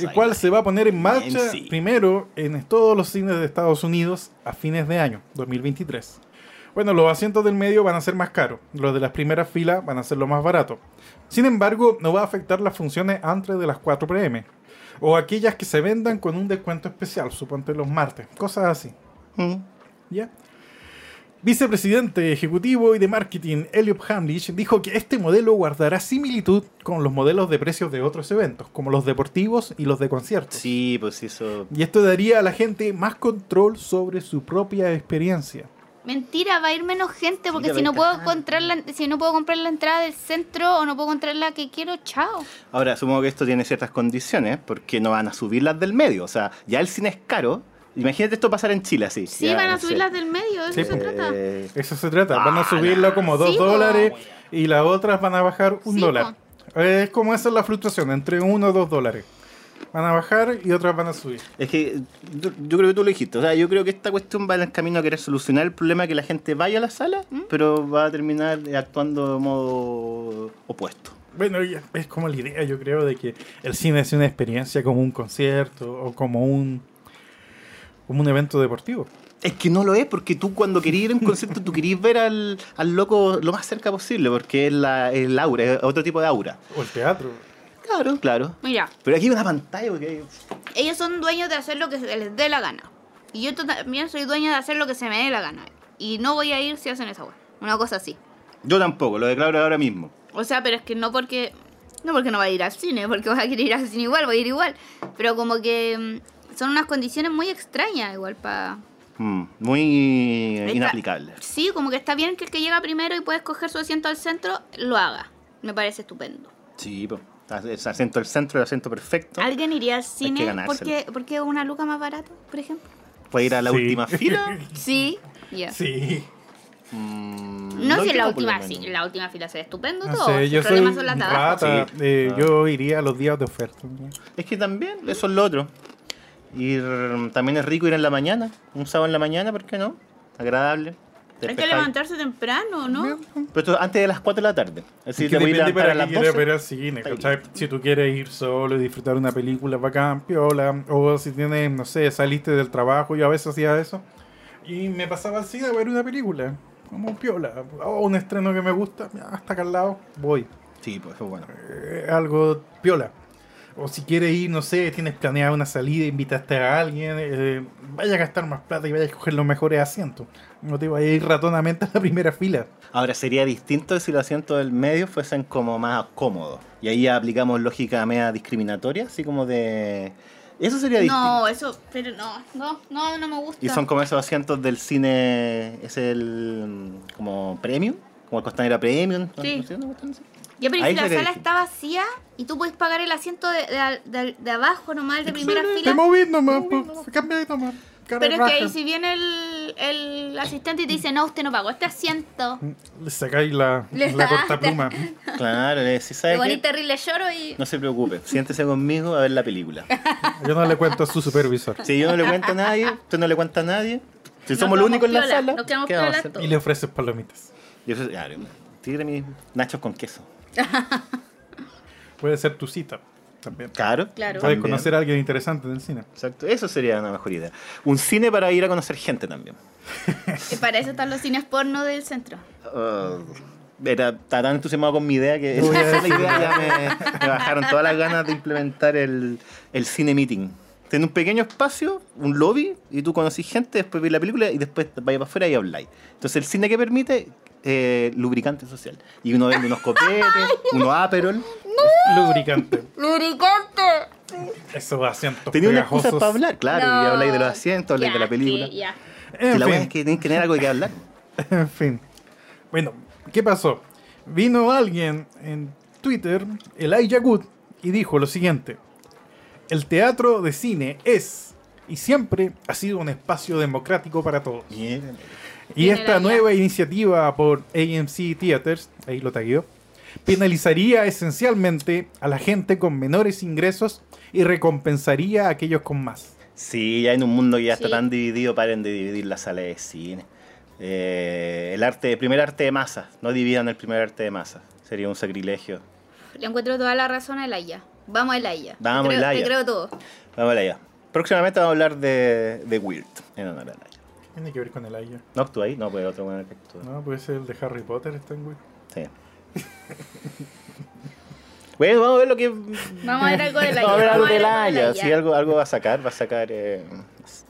el cual se va a poner en marcha
AMC.
primero en todos los cines de Estados Unidos a fines de año 2023. Bueno, los asientos del medio van a ser más caros, los de las primeras filas van a ser lo más barato. Sin embargo, no va a afectar las funciones antes de las 4 pm o aquellas que se vendan con un descuento especial, suponte los martes, cosas así.
Mm.
¿Ya? Vicepresidente ejecutivo y de marketing Elliot Hamlich dijo que este modelo guardará similitud con los modelos de precios de otros eventos, como los deportivos y los de conciertos.
Sí, pues eso.
Y esto daría a la gente más control sobre su propia experiencia.
Mentira, va a ir menos gente porque
Mentira,
si no
va a
puedo
ir
encontrar la, si no puedo comprar la entrada del centro o no puedo encontrar la que quiero, chao.
Ahora, supongo que esto tiene ciertas condiciones, porque no van a subir las del medio. O sea, ya el cine es caro. Imagínate esto pasar en Chile así.
Sí,
Ya,
van a
no
subir
sé.
las del medio, de eso
Sí,
se
pues.
trata.
Eh,
Eso se trata. Van a subirlo como 2
Sí, po.
dólares y las otras van a bajar un
Sí,
dólar. Es como esa es la fluctuación, entre 1 o 2 dólares. Van a bajar y otras van a subir.
Es que yo, yo creo que tú lo dijiste. O sea, yo creo que esta cuestión va en el camino a querer solucionar el problema que la gente vaya a la sala,
¿Mm?
pero va a terminar actuando de modo opuesto.
Bueno, y es como la idea, yo creo, de que el cine es una experiencia como un concierto o como un, como un evento deportivo.
Es que no lo es, porque tú cuando querís ir a un concierto, tú querís ver al, al loco lo más cerca posible, porque es la, el aura, es otro tipo de aura.
O el teatro.
Claro, claro.
Mira,
Pero aquí hay una pantalla, porque hay-
ellos son dueños de hacer lo que se les dé la gana. Y yo to- también soy dueña de hacer lo que se me dé la gana. Y no voy a ir si hacen esa wea. Una cosa así.
yo tampoco, lo declaro ahora mismo.
O sea, pero es que no porque. No porque no va a ir al cine, porque voy a querer ir al cine igual, voy a ir igual. Pero como que mm, son unas condiciones muy extrañas igual para.
Mm, muy eh,
Está-
inaplicable.
Sí, como que está bien que el que llega primero y puede escoger su asiento al centro, lo haga. Me parece estupendo.
Sí, po. Es acento al centro, el acento perfecto.
¿Alguien iría al
que
cine
ganárselo.
porque, porque es una luca más barata, por ejemplo?
puede ir a la
Sí.
última fila.
Sí,
Mm.
ya.
Sí.
No, si la última, sí,
fila.
la última fila se ve estupendo
No
todo.
sé, yo
el problema
soy
son las pues. de abajo.
rata.
Sí.
eh,
Ah.
Yo iría a los días de oferta. ¿no?
Es que también, eso es lo otro. Ir, también es rico ir en la mañana, un sábado en la mañana, ¿por qué no? Agradable.
Hay que
despejado.
levantarse temprano, ¿no?
Pero esto es antes de las 4 de la tarde. Así
Es que
te voy
depende
a levantar
para
a
qué
las
quieras
12.
ver al cine, ¿cachai? Si tú quieres ir solo y disfrutar una película bacán, piola, o si tienes, no sé, saliste del trabajo, yo a veces hacía eso, y me pasaba al cine a ver una película, como piola, o un estreno que me gusta, ya, hasta acá al lado, voy,
Sí, pues eso es bueno.
Eh, algo piola. O si quieres ir, no sé, tienes planeada una salida, invitaste a alguien, eh, vaya a gastar más plata y vaya a coger los mejores asientos. No te vayas a ir ratonamente a la primera fila.
Ahora sería distinto si los asientos del medio fuesen como más cómodos. Y ahí aplicamos lógica media discriminatoria, así como de. Eso sería distinto.
No, eso, pero no,
No, no, no me gusta.
Y son como esos asientos del cine. Es el. mm, como premium. Como el costanera premium.
Sí.
¿no sé, una cuestión así?
Ya, pero
Ahí
si la
se le
sala
dice.
está vacía y tú puedes pagar el asiento de, de- de- de abajo nomás, el de primera
Te
fila.
moví nomás, pues, cambié nomás. cara
Pero es que ahí
raja.
si viene el, el asistente y te dice, no, usted no pagó este asiento.
Le sacáis la,
Le
la
sacaste.
cortapluma.
Claro, eh, si
Te
sabes.
poní
qué?
terrible lloro y...
No se preocupe, siéntese conmigo a ver la película.
Yo no le cuento a su supervisor.
Si yo no le cuento a nadie, usted no le cuenta a nadie. Si
Nos
somos los
quedamos
únicos en la
piola,
sala,
nos quedamos
¿qué vamos a
piola
hacer?
todos.
Y le ofreces palomitas.
Y eso, claro, tigre mis nachos con queso.
Puede ser tu cita también.
Claro.
Claro.
Puedes
También.
conocer a alguien interesante en el cine.
Exacto, eso sería una mejor idea. Un cine para ir a conocer gente también.
Y para eso están los cines porno del centro.
Ah, era, estaba tan entusiasmado con mi idea que esa, esa es la idea ya me, me bajaron todas las ganas de implementar el, el cine meeting. Ten un pequeño espacio, un lobby, y tú conoces gente, después ves la película y después vais para afuera y habláis. Entonces el cine que permite eh, lubricante social. Y uno vende unos copetes, unos aperol.
Lubricante.
¡Lubricante!
Esos asientos
Tenía una
pegajosos.
excusa para hablar, claro. Y habláis de los asientos, habláis de la película.
ya.
En
Si la
fin,
wea es que tenés que tener algo de que hablar.
en fin. Bueno, ¿qué pasó? Vino alguien en Twitter, Elijah Wood, y dijo lo siguiente. El teatro de cine es y siempre ha sido un espacio democrático para todos. Y
Tiene
esta
la guía.
nueva iniciativa por AMC Theaters, ahí lo tagueó, penalizaría esencialmente a la gente con menores ingresos y recompensaría a aquellos con más.
Sí, ya en un mundo que ya está
Sí.
tan dividido, paren de dividir la sala de cine. Eh, el arte, el primer arte de masa, no dividan el primer arte de masa. Sería un sacrilegio.
Le encuentro toda la razón a Elaya. Vamos a Elaya.
Vamos,
Te creo-
Elaya.
Te creo todo.
Vamos allá. Próximamente vamos a hablar de, de Weird. Eh, No, no, no, no.
Tiene que ver con el Aya.
No actúa ahí, no, pues otro bueno que actúa.
No, puede ser el de Harry Potter, este está en
Sí. bueno, vamos a ver lo que.
Vamos a ver algo de Elaya.
Vamos a ver algo de
Vamos a ver
Laia.
algo de
Sí,
Elaya.
algo, algo va a sacar, va a sacar. eh,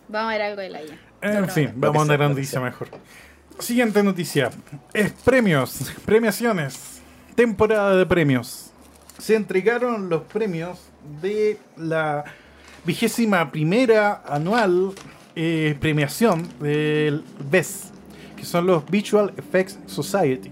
Vamos a ver algo de Elaya.
En fin, vamos a
sea,
una gran
lo que
noticia
sea.
mejor. Siguiente noticia. Es premios, premiaciones, temporada de premios. Se entregaron los premios de la vigésima primera anual eh, premiación del BES, que son los Visual Effects Society.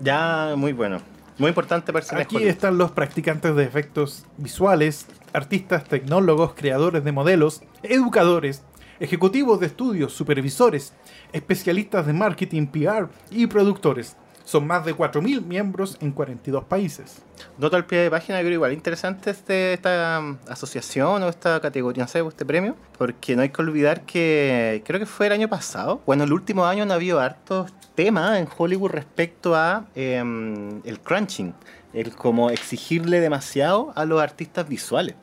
Ya, muy bueno. Muy importante para el cine
Aquí
Hollywood.
están los practicantes de efectos visuales, artistas, tecnólogos, creadores de modelos, educadores, ejecutivos de estudios, supervisores, especialistas de marketing, PR y productores. Son más de 4.000 miembros en 42 países.
Noto al pie de página, pero igual interesante este- esta um, asociación o esta categoría, no sé, o este premio, porque no hay que olvidar que creo que fue el año pasado. Bueno, el último año no ha habido hartos temas en Hollywood respecto a em, el crunching, el como exigirle demasiado a los artistas visuales.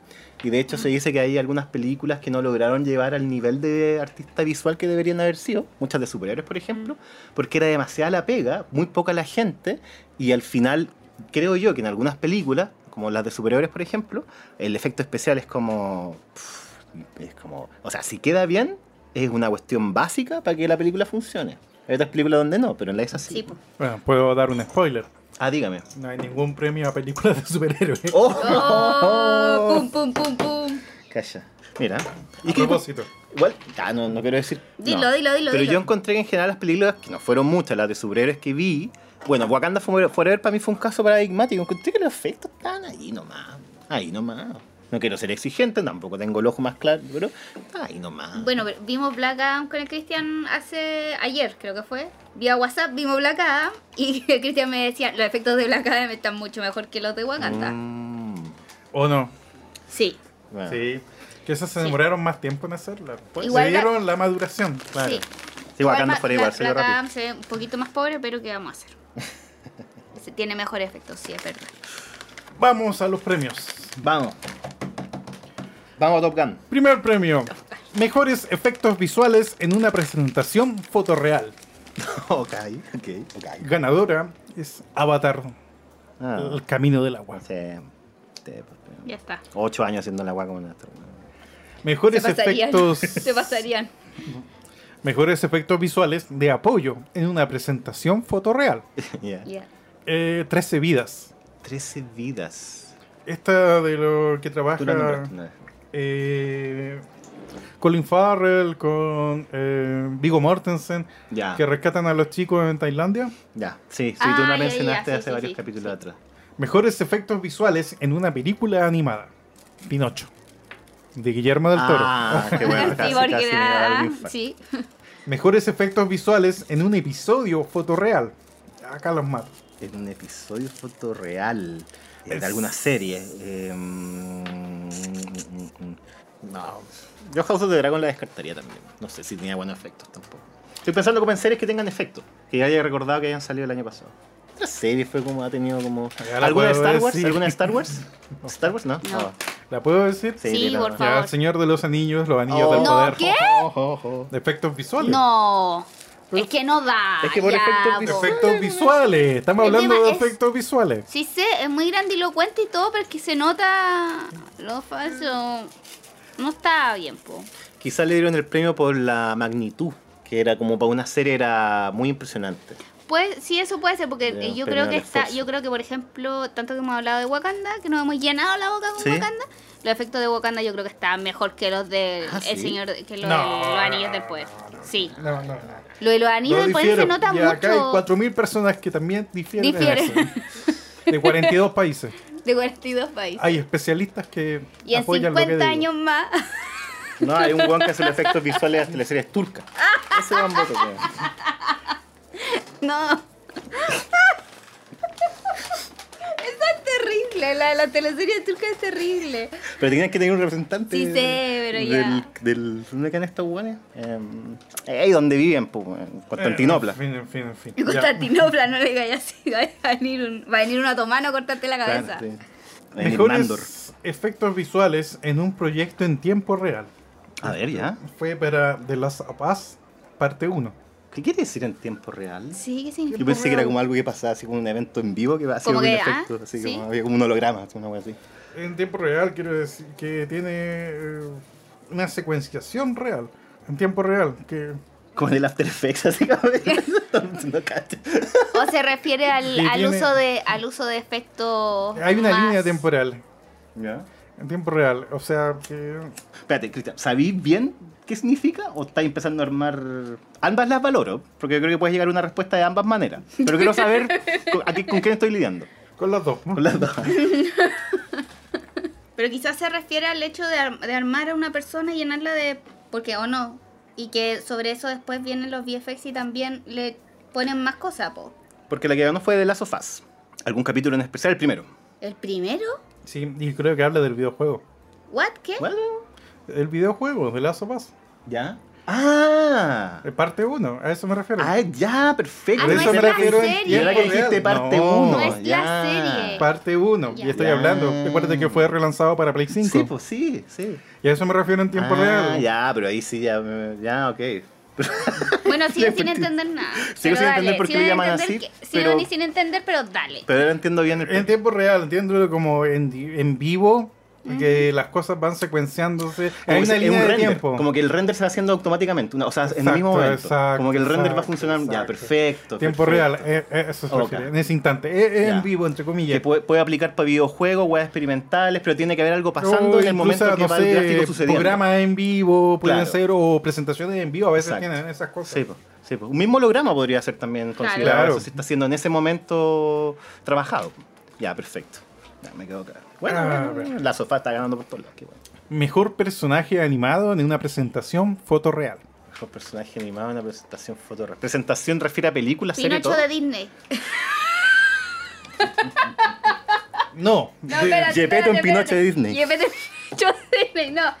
Y de hecho se dice que hay algunas películas que no lograron llevar al nivel de artista visual que deberían haber sido, muchas de superhéroes por ejemplo, porque era demasiada la pega, muy poca la gente, y al final creo yo que en algunas películas, como las de superhéroes por ejemplo, el efecto especial es como... pff, Es como o sea, si queda bien, es una cuestión básica para que la película funcione. Hay otras películas donde no, pero en la es así.
Sí, pues.
Bueno, puedo dar un spoiler.
Ah, dígame.
No hay ningún premio a películas de superhéroes.
¡Oh!
Oh, pum, pum, pum, pum.
Calla. Mira.
A propósito.
Igual, ah, no, no quiero decir.
Dilo,
no.
dilo, dilo,
Pero
dilo.
yo encontré que en general las películas, que no fueron muchas, las de superhéroes que vi. Bueno, Wakanda Forever para mí fue un caso paradigmático. Encontré que los efectos están ahí nomás. Ahí nomás. No quiero ser exigente, tampoco tengo el ojo más claro, pero está ahí nomás.
Bueno, pero vimos Black Adam con el Cristian hace ayer, creo que fue. Vía WhatsApp vimos Black Adam y el Cristian me decía, los efectos de Black Adam están mucho mejor que los de Wakanda.
Mm,
¿O no?
Sí.
bueno.
Sí. Que esas se demoraron más tiempo en hacerla. Pues,
Igual
se
la-
dieron la maduración.
Claro.
Sí.
Sí, Wakanda
ma-
fuera igual,
Black-
salió
Black
rápido.
Adam se ve un poquito más pobre, pero ¿qué vamos a hacer? Se tiene mejores efectos, sí, es verdad.
Vamos a los premios.
Vamos. Vamos a Top Gun.
Primer premio. Mejores efectos visuales en una presentación fotorreal.
ok, ok, ok.
Ganadora es Avatar,
Ah,
el camino del agua.
sí. Te-
Ya está.
Ocho años haciendo la guagua con esto.
Mejores
se pasarían.
efectos.
Se pasarían.
Mejores efectos visuales de apoyo en una presentación fotorreal.
Ya.
Ya.
Eh, 13 vidas.
Trece vidas.
Esta de lo que
Tú la
trabaja
nombraste una vez.
eh, Colin Farrell con eh, Vigo Mortensen,
Ya.
que rescatan a los chicos en Tailandia.
Ya. Sí, sí,
Ah,
tú la
ya, ya,
mencionaste
sí, sí,
hace varios
sí,
capítulos atrás.
Mejores efectos visuales en una película animada. Pinocho. De Guillermo del Toro.
Ah, qué bueno.
sí,
casi,
porque
casi me
da-
da el infarto.
sí.
Mejores efectos visuales en un episodio fotorreal. Acá los mato.
En un episodio fotorreal eh,
Es-
de alguna serie. eh, mm, mm, mm, no. Yo House of the Dragon la descartaría también. No sé si tenía buenos efectos tampoco. Estoy pensando como en series que tengan efectos. Que haya recordado que hayan salido el año pasado. Otra serie fue como ha tenido como.
Ya la
¿Alguna de
puedo
Star Wars?
decir.
¿Alguna de Star Wars? ¿Star Wars? No.
No.
Ah,
¿La puedo decir?
Sí,
dila
por
nomás.
favor.
Ya, el Señor de los Anillos, los Anillos
Oh.
del
No,
Poder.
¿qué?
Ojo, ojo.
Efectos visuales.
No. Es que no da.
Es que por
ya,
efectos
po.
Efectos visuales. Estamos
El
hablando
tema
de
es-
efectos visuales.
Sí sé, es muy grandilocuente y todo, pero es que se nota lo falso. No está bien, po.
Quizá le dieron el premio por la magnitud. Que era como para una serie era muy impresionante.
Pues sí, eso puede ser, porque
Ya,
eh, yo
premio
creo que
al
está,
esfuerzo.
yo creo que por ejemplo, tanto que hemos hablado de Wakanda, que nos hemos llenado la boca con
Sí.
Wakanda, los efectos de Wakanda yo creo que están mejor que los del
Ah,
el
¿sí?
señor, que los,
No,
de los anillos del poder. Sí.
No, no, no.
Lo de los anillos del poder se nota
y
mucho.
acá hay 4.000 personas que también difieren. en
Difieren.
eso. De 42 países.
De 42 países.
Hay especialistas que
y en
apoyan lo que
50
digo.
años más.
No, hay un weón que hace los efectos visuales de las teleseries turcas. Ese weón voto, weón.
No. Está terrible, la, la teleserie turca es terrible.
Pero tenían que tener un representante.
Sí sé, pero
del,
ya.
del, ¿Dónde quedan estos weones? Em, ahí donde viven, po, en
Eh,
Constantinopla.
En fin, en fin, en fin.
Y
Ya.
Constantinopla, no le digas así, va a venir un, va a venir un otomano a cortarte la
Claro,
cabeza.
sí. En el Mandor.
Mejores efectos visuales en un proyecto en tiempo real.
A ver, ya.
Fue para The Last of Us, parte 1.
¿Qué quiere decir en tiempo real?
Sí, ¿qué significa?
Yo pensé que era como algo que pasaba así como un evento en vivo que hacía
Como
un
que, ah,
efecto, así
sí.
como, había como un holograma, así, una wea así.
En tiempo real quiero decir que tiene eh, una secuenciación real. En tiempo real. Que
Como en el After Effects, así como. no cacho.
O se refiere al,
Sí,
al
tiene-
uso de al uso de efectos.
hay una
más-
línea temporal.
Ya.
En tiempo real. O sea, que
Espérate, Cristian, ¿sabís bien qué significa o estáis empezando a armar? Ambas las valoro, porque yo creo que puedes llegar a una respuesta de ambas maneras. Pero quiero saber con, a qué- con quién estoy lidiando.
con las dos.
Con las dos.
Pero quizás se refiere al hecho de, ar- de armar a una persona y llenarla de. Porque o no. Y que sobre eso después vienen los VFX y también le ponen más cosas, po.
Porque la que ganó fue de Last of Us. ¿Algún capítulo en especial? El primero.
El primero,
Sí, y creo que habla del videojuego.
what, ¿qué?
Bueno,
El videojuego, The Last of Us.
¿Ya? ¡Ah!
eh, Parte 1. A eso me refiero.
¡Ah, ya! ¡Perfecto!
Ah, no
Pensé
es
que-
la serie.
Yo era que dijiste parte
No.
1.
No es la serie.
Parte 1.
Ya.
Y estoy
Eh, Ya.
hablando. Recuerda que fue relanzado para Play 5.
Mm. Sí, pues sí, sí.
Y a eso me refiero en tiempo
ah,
real.
Ya, pero ahí sí, ya, me- ya ok.
Bueno, sigo sin
Efectivo.
entender nada.
Sigo
pero
sin entender
dale,
por qué
sigo
le
sin
llaman
entender
así,
que- sigo
pero-
ni sin entender, pero dale.
Pero ahora entiendo bien el
En tiempo real, entiendo como en, di- en vivo, que las cosas van secuenciándose.
Como
Hay
que
una
se-
línea
es un
de
render,
tiempo.
Como que el render se va haciendo automáticamente. una- o sea, en el mismo
Exacto,
momento.
exacto,
como que el render va a
exacto,
funcionar. Ya,
exacto.
perfecto.
tiempo
perfecto.
real, eh, eh, eso se
Ok.
refiere, en ese instante. Es es
Ya.
en vivo, entre
Que
comillas.
puede, puede aplicar para videojuegos, weas experimentales, pero tiene que haber algo pasando
O
en
incluso,
el momento que
no
va el
sé,
gráfico sucediendo.
Programas en vivo, pueden
Claro.
ser, o presentaciones en vivo, a veces
Exacto.
tienen esas cosas.
Sí, pues. po, sí, po. Un mismo holograma podría ser también considerado.
Claro.
Eso se está haciendo en ese momento trabajado. Ya, perfecto. Ya, me quedo claro. Bueno,
Ah,
bueno,
bueno.
la sofá está ganando por todos lados. Qué bueno.
Mejor personaje animado en una presentación fotorreal.
Mejor personaje animado en la presentación foto. Presentación refiere a películas, series,
Pinocho
todo.
de Disney.
No.
No, espérate,
Gepetto en
espérate,
Pinocho
espérate.
de Disney.
Gepetto en Pinocho de Disney, no.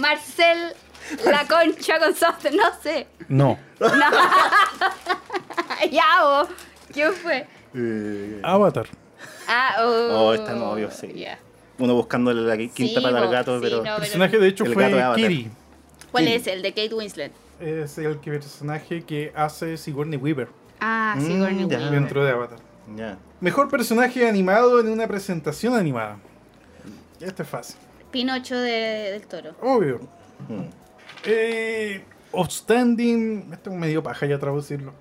Marcel La Concha con soft, no sé.
No.
ya, vos. ¿Quién fue?
Eh,
Avatar.
Ah, oh.
Oh, está novio, sí.
Ya.
uno buscando la quinta
Sí,
pata al
po, sí,
gato, pero.
no,
El
pero-
personaje de hecho
El gato de
fue
Avatar.
Kiri.
¿Cuál
Sí.
es el de Kate Winslet?
Es el que- personaje que hace Sigourney Weaver
Ah,
Mm,
sí,
ya. Ah.
dentro de Avatar.
Ya.
Mejor personaje animado en una presentación animada. Este es fácil.
Pinocho de- del toro.
Obvio.
Mm.
Eh, outstanding. Esto es medio paja ya traducirlo.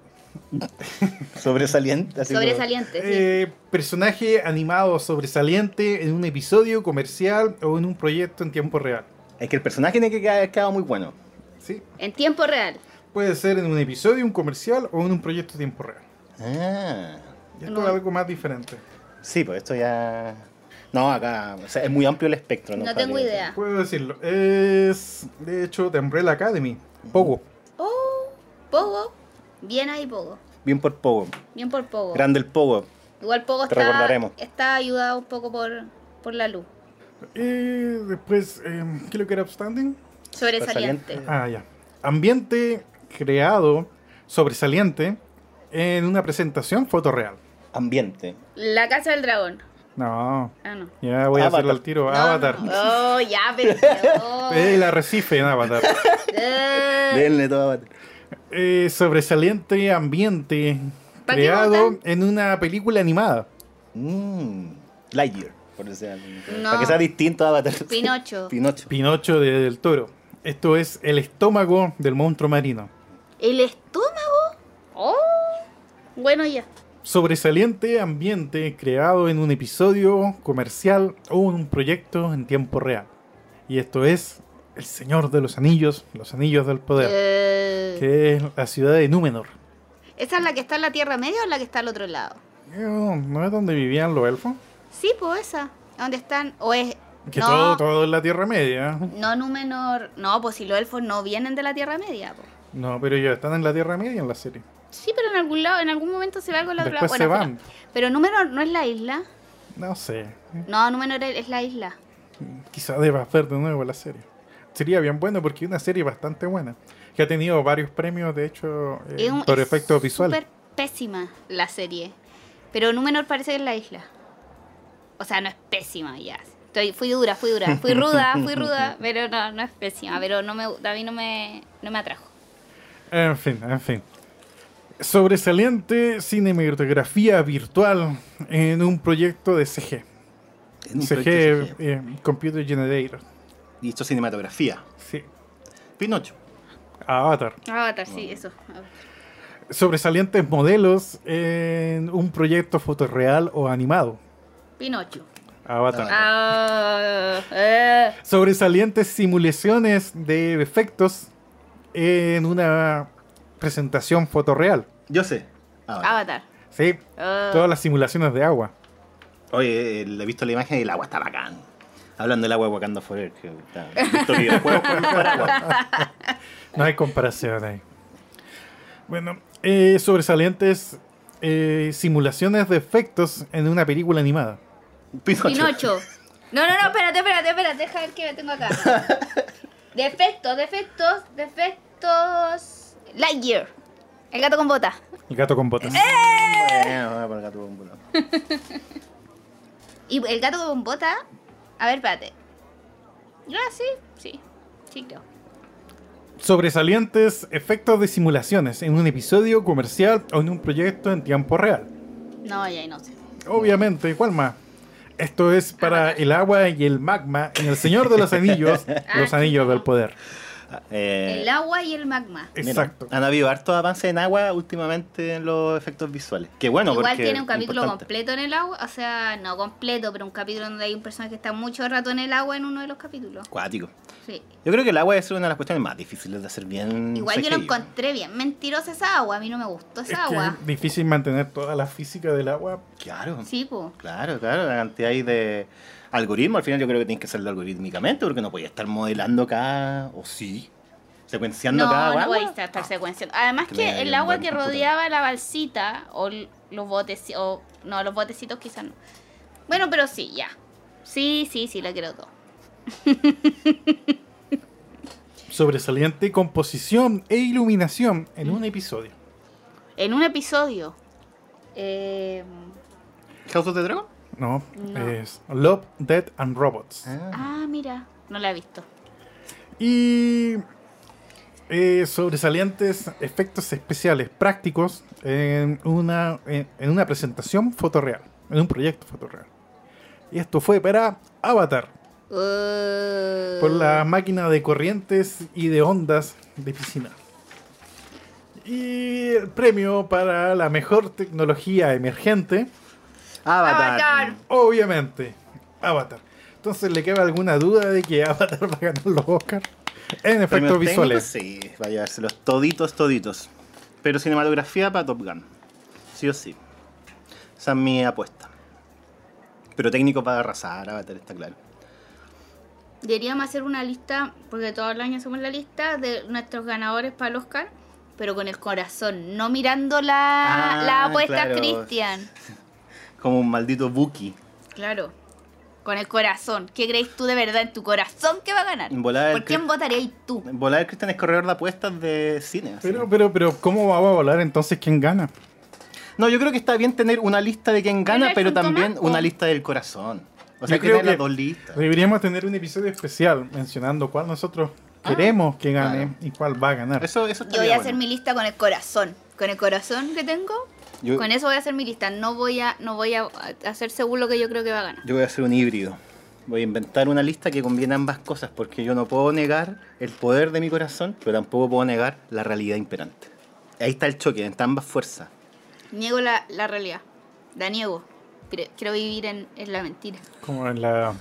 Sobresaliente. así como-
Sobresaliente, sí.
Eh, personaje animado sobresaliente en un episodio comercial o en un proyecto en tiempo real.
Es que el personaje tiene que quedar quedado muy bueno.
¿Sí?
En tiempo real.
Puede ser en un episodio, un comercial o en un proyecto en tiempo real.
Ah.
Y esto es algo más diferente.
Sí, pues esto ya. No, acá o sea, es muy amplio el espectro.
No,
No,
tengo
Para que-
idea.
Puedo decirlo. Es, de hecho, de Umbrella Academy. Poco.
Oh, Pogo. Bien ahí, Pogo.
Bien por Pogo.
Bien por Pogo.
Grande el Pogo.
Igual Pogo
Te
está,
recordaremos.
está ayudado un poco por, por la luz.
Eh, después, eh, ¿qué es lo que era Outstanding?
Sobresaliente.
Ah, ya. Ambiente creado sobresaliente en una presentación fotorreal.
Ambiente.
La casa del dragón.
No,
Ah, no.
ya voy a
Avatar.
hacerlo al tiro.
No,
Avatar. Eh,
no. Oh, ya, pero. no.
El arrecife en Avatar.
Ah.
Eh,
Denle todo a-
Eh, sobresaliente ambiente
¿Pa' qué
creado
votan?
en una película animada.
Mm. Lightyear, por decir algo.
No.
Para que sea distinto a Avatar.
Pinocho.
Pinocho.
Pinocho de- del Toro. Esto es el estómago del monstruo marino.
El estómago.
Oh. Bueno, ya.
Sobresaliente ambiente creado en un episodio comercial o en un proyecto en tiempo real. Y esto es El Señor de los Anillos, los Anillos del Poder,
Eh,
que es la ciudad de Númenor.
¿Esa es la que está en la Tierra Media o la que está al otro lado?
Eh, ¿No es donde vivían los elfos?
Sí, pues esa. ¿Dónde están? ¿O es.?
Que
no,
todo, todo es la Tierra Media.
no Númenor. No, pues si los elfos no vienen de la Tierra Media. pues.
No, pero ellos están en la Tierra Media en la serie.
Sí, pero en algún lado, en algún momento se va algo al otro lado.
Después se
Bueno,
van.
pero- Pero Númenor no es la isla.
No sé.
No, Númenor es la isla.
Quizás debas ver de nuevo la serie. Sería bien bueno porque es una serie bastante buena. Que ha tenido varios premios, de hecho, eh,
Es un-
por
es
efectos visuales.
súper pésima la serie. Pero Númenor parece que es la isla. O sea, no es pésima, ya. Estoy, fui dura, fui dura. Fui ruda, fui ruda. Pero no, no es pésima. Pero no me, a mí no me, no me atrajo.
En fin, en fin. Sobresaliente cinematografía virtual en un proyecto de CG.
En un
CG,
proyecto CG.
eh, Computer Generator.
Y esto es cinematografía.
Sí.
Pinocho.
Avatar.
Avatar, sí, eso. Avatar.
Sobresalientes modelos en un proyecto fotorreal o animado.
Pinocho.
Avatar.
Ah, eh.
Sobresalientes simulaciones de efectos en una presentación fotorreal.
Yo sé. Ahora.
Avatar.
Sí.
Ah.
Todas las simulaciones de agua.
Oye, eh, le he visto la imagen y el agua está bacán. Hablando del agua de Wakanda Forever, que está visto videojuegos con un paraguas.
No hay comparación ahí. Bueno, eh, sobresalientes eh, simulaciones de efectos en una película animada.
Pinocho.
Pinocho. No, no, no, espérate, espérate, espérate. Deja ver qué me tengo acá. Defectos, defectos, defectos.
Lightyear. El gato con bota.
El gato con botas.
Bueno, voy a poner acá tu bómbolo.
Y el gato con bota. A ver, espérate. Ah, sí, sí. Sí, creo.
Sobresalientes efectos de simulaciones en un episodio comercial o en un proyecto en tiempo real.
No, ya no sé.
Obviamente, ¿cuál más? Esto es para el agua y el magma en El Señor de los Anillos, los Anillos del Poder.
Eh,
El agua y el magma.
mira,
Exacto.
han habido hartos avances en agua últimamente en los efectos visuales. Qué bueno,
Igual
porque
tiene un capítulo
importante.
completo en el agua. O sea, no completo, pero un capítulo donde hay un personaje que está mucho rato en el agua en uno de los capítulos.
Acuático.
Sí.
Yo creo que el agua es una de las cuestiones más difíciles de hacer bien.
Igual yo lo
CGI.
encontré bien. Mentirosa esa agua. A mí no me gustó esa
Es que
agua.
es difícil mantener toda la física del agua
Claro.
Sí, po.
Claro, claro, la cantidad ahí de algoritmo. Al final yo creo que tienes que hacerlo algorítmicamente porque no podías estar modelando acá, o sí, secuenciando
No,
cada
no
guagua.
voy a estar secuenciando. Además
Que
que,
me
el
den
agua
buen
que
computador.
rodeaba la balsita o l- los botecitos, o no, los botecitos quizás no. Bueno, pero sí, ya. Sí, sí, sí, la quiero todo.
Sobresaliente composición e iluminación en un episodio.
En un episodio. eh,
¿House of the Dragon?
No,
No.
es Love, Death and Robots.
Ah.
ah, mira, no la he visto.
Y eh, sobresalientes efectos especiales prácticos en una, en, en una presentación fotorreal, en un proyecto fotorreal. Y esto fue para Avatar,
Uh,
por la máquina de corrientes y de ondas de piscina. Y el premio para la mejor tecnología emergente,
Ah, Avatar.
Avatar.
obviamente, Avatar. Entonces, ¿le queda alguna duda de que Avatar va a ganar los Oscars en
Premios
efectos visuales?
técnicos, Sí, va a llevárselos toditos, toditos. Pero cinematografía para Top Gun. Sí o sí. Esa es mi apuesta. Pero técnico para arrasar, Avatar, está claro.
Deberíamos hacer una lista, porque todos los años hacemos la lista de nuestros ganadores para el Oscar, pero con el corazón, no mirando la,
Ah,
la apuesta,
claro.
Cristian.
Como un maldito Buki.
Claro, con el corazón. ¿Qué crees tú de verdad en tu corazón que va a ganar?
En volada
¿Por
el
quién
Cri-
votarías tú?
Volar Cristian es corredor de apuestas de cine. así.
Pero, pero, pero, ¿cómo va a volar entonces quién gana?
No, yo creo que está bien tener una lista de quién gana,
Pero
pero
es un
también
tomaco.
una lista del corazón. O
Yo
sea, hay que
creo
tener las dos listas.
deberíamos tener un episodio especial mencionando cuál nosotros
Ah,
queremos que gane
claro.
y cuál va a ganar.
Eso, eso
Yo voy
estaría
a hacer
bueno.
mi lista con el corazón. Con el corazón que tengo,
Yo-
con eso voy a hacer mi lista. No voy a, no voy a hacer según lo que yo creo que va a ganar.
Yo voy a hacer un híbrido. Voy a inventar una lista que conviene ambas cosas, porque yo no puedo negar el poder de mi corazón, pero tampoco puedo negar la realidad imperante. Ahí está el choque entre ambas fuerzas.
Niego la, la realidad. La niego. Cre- Quiero vivir en, en la mentira.
Como en la.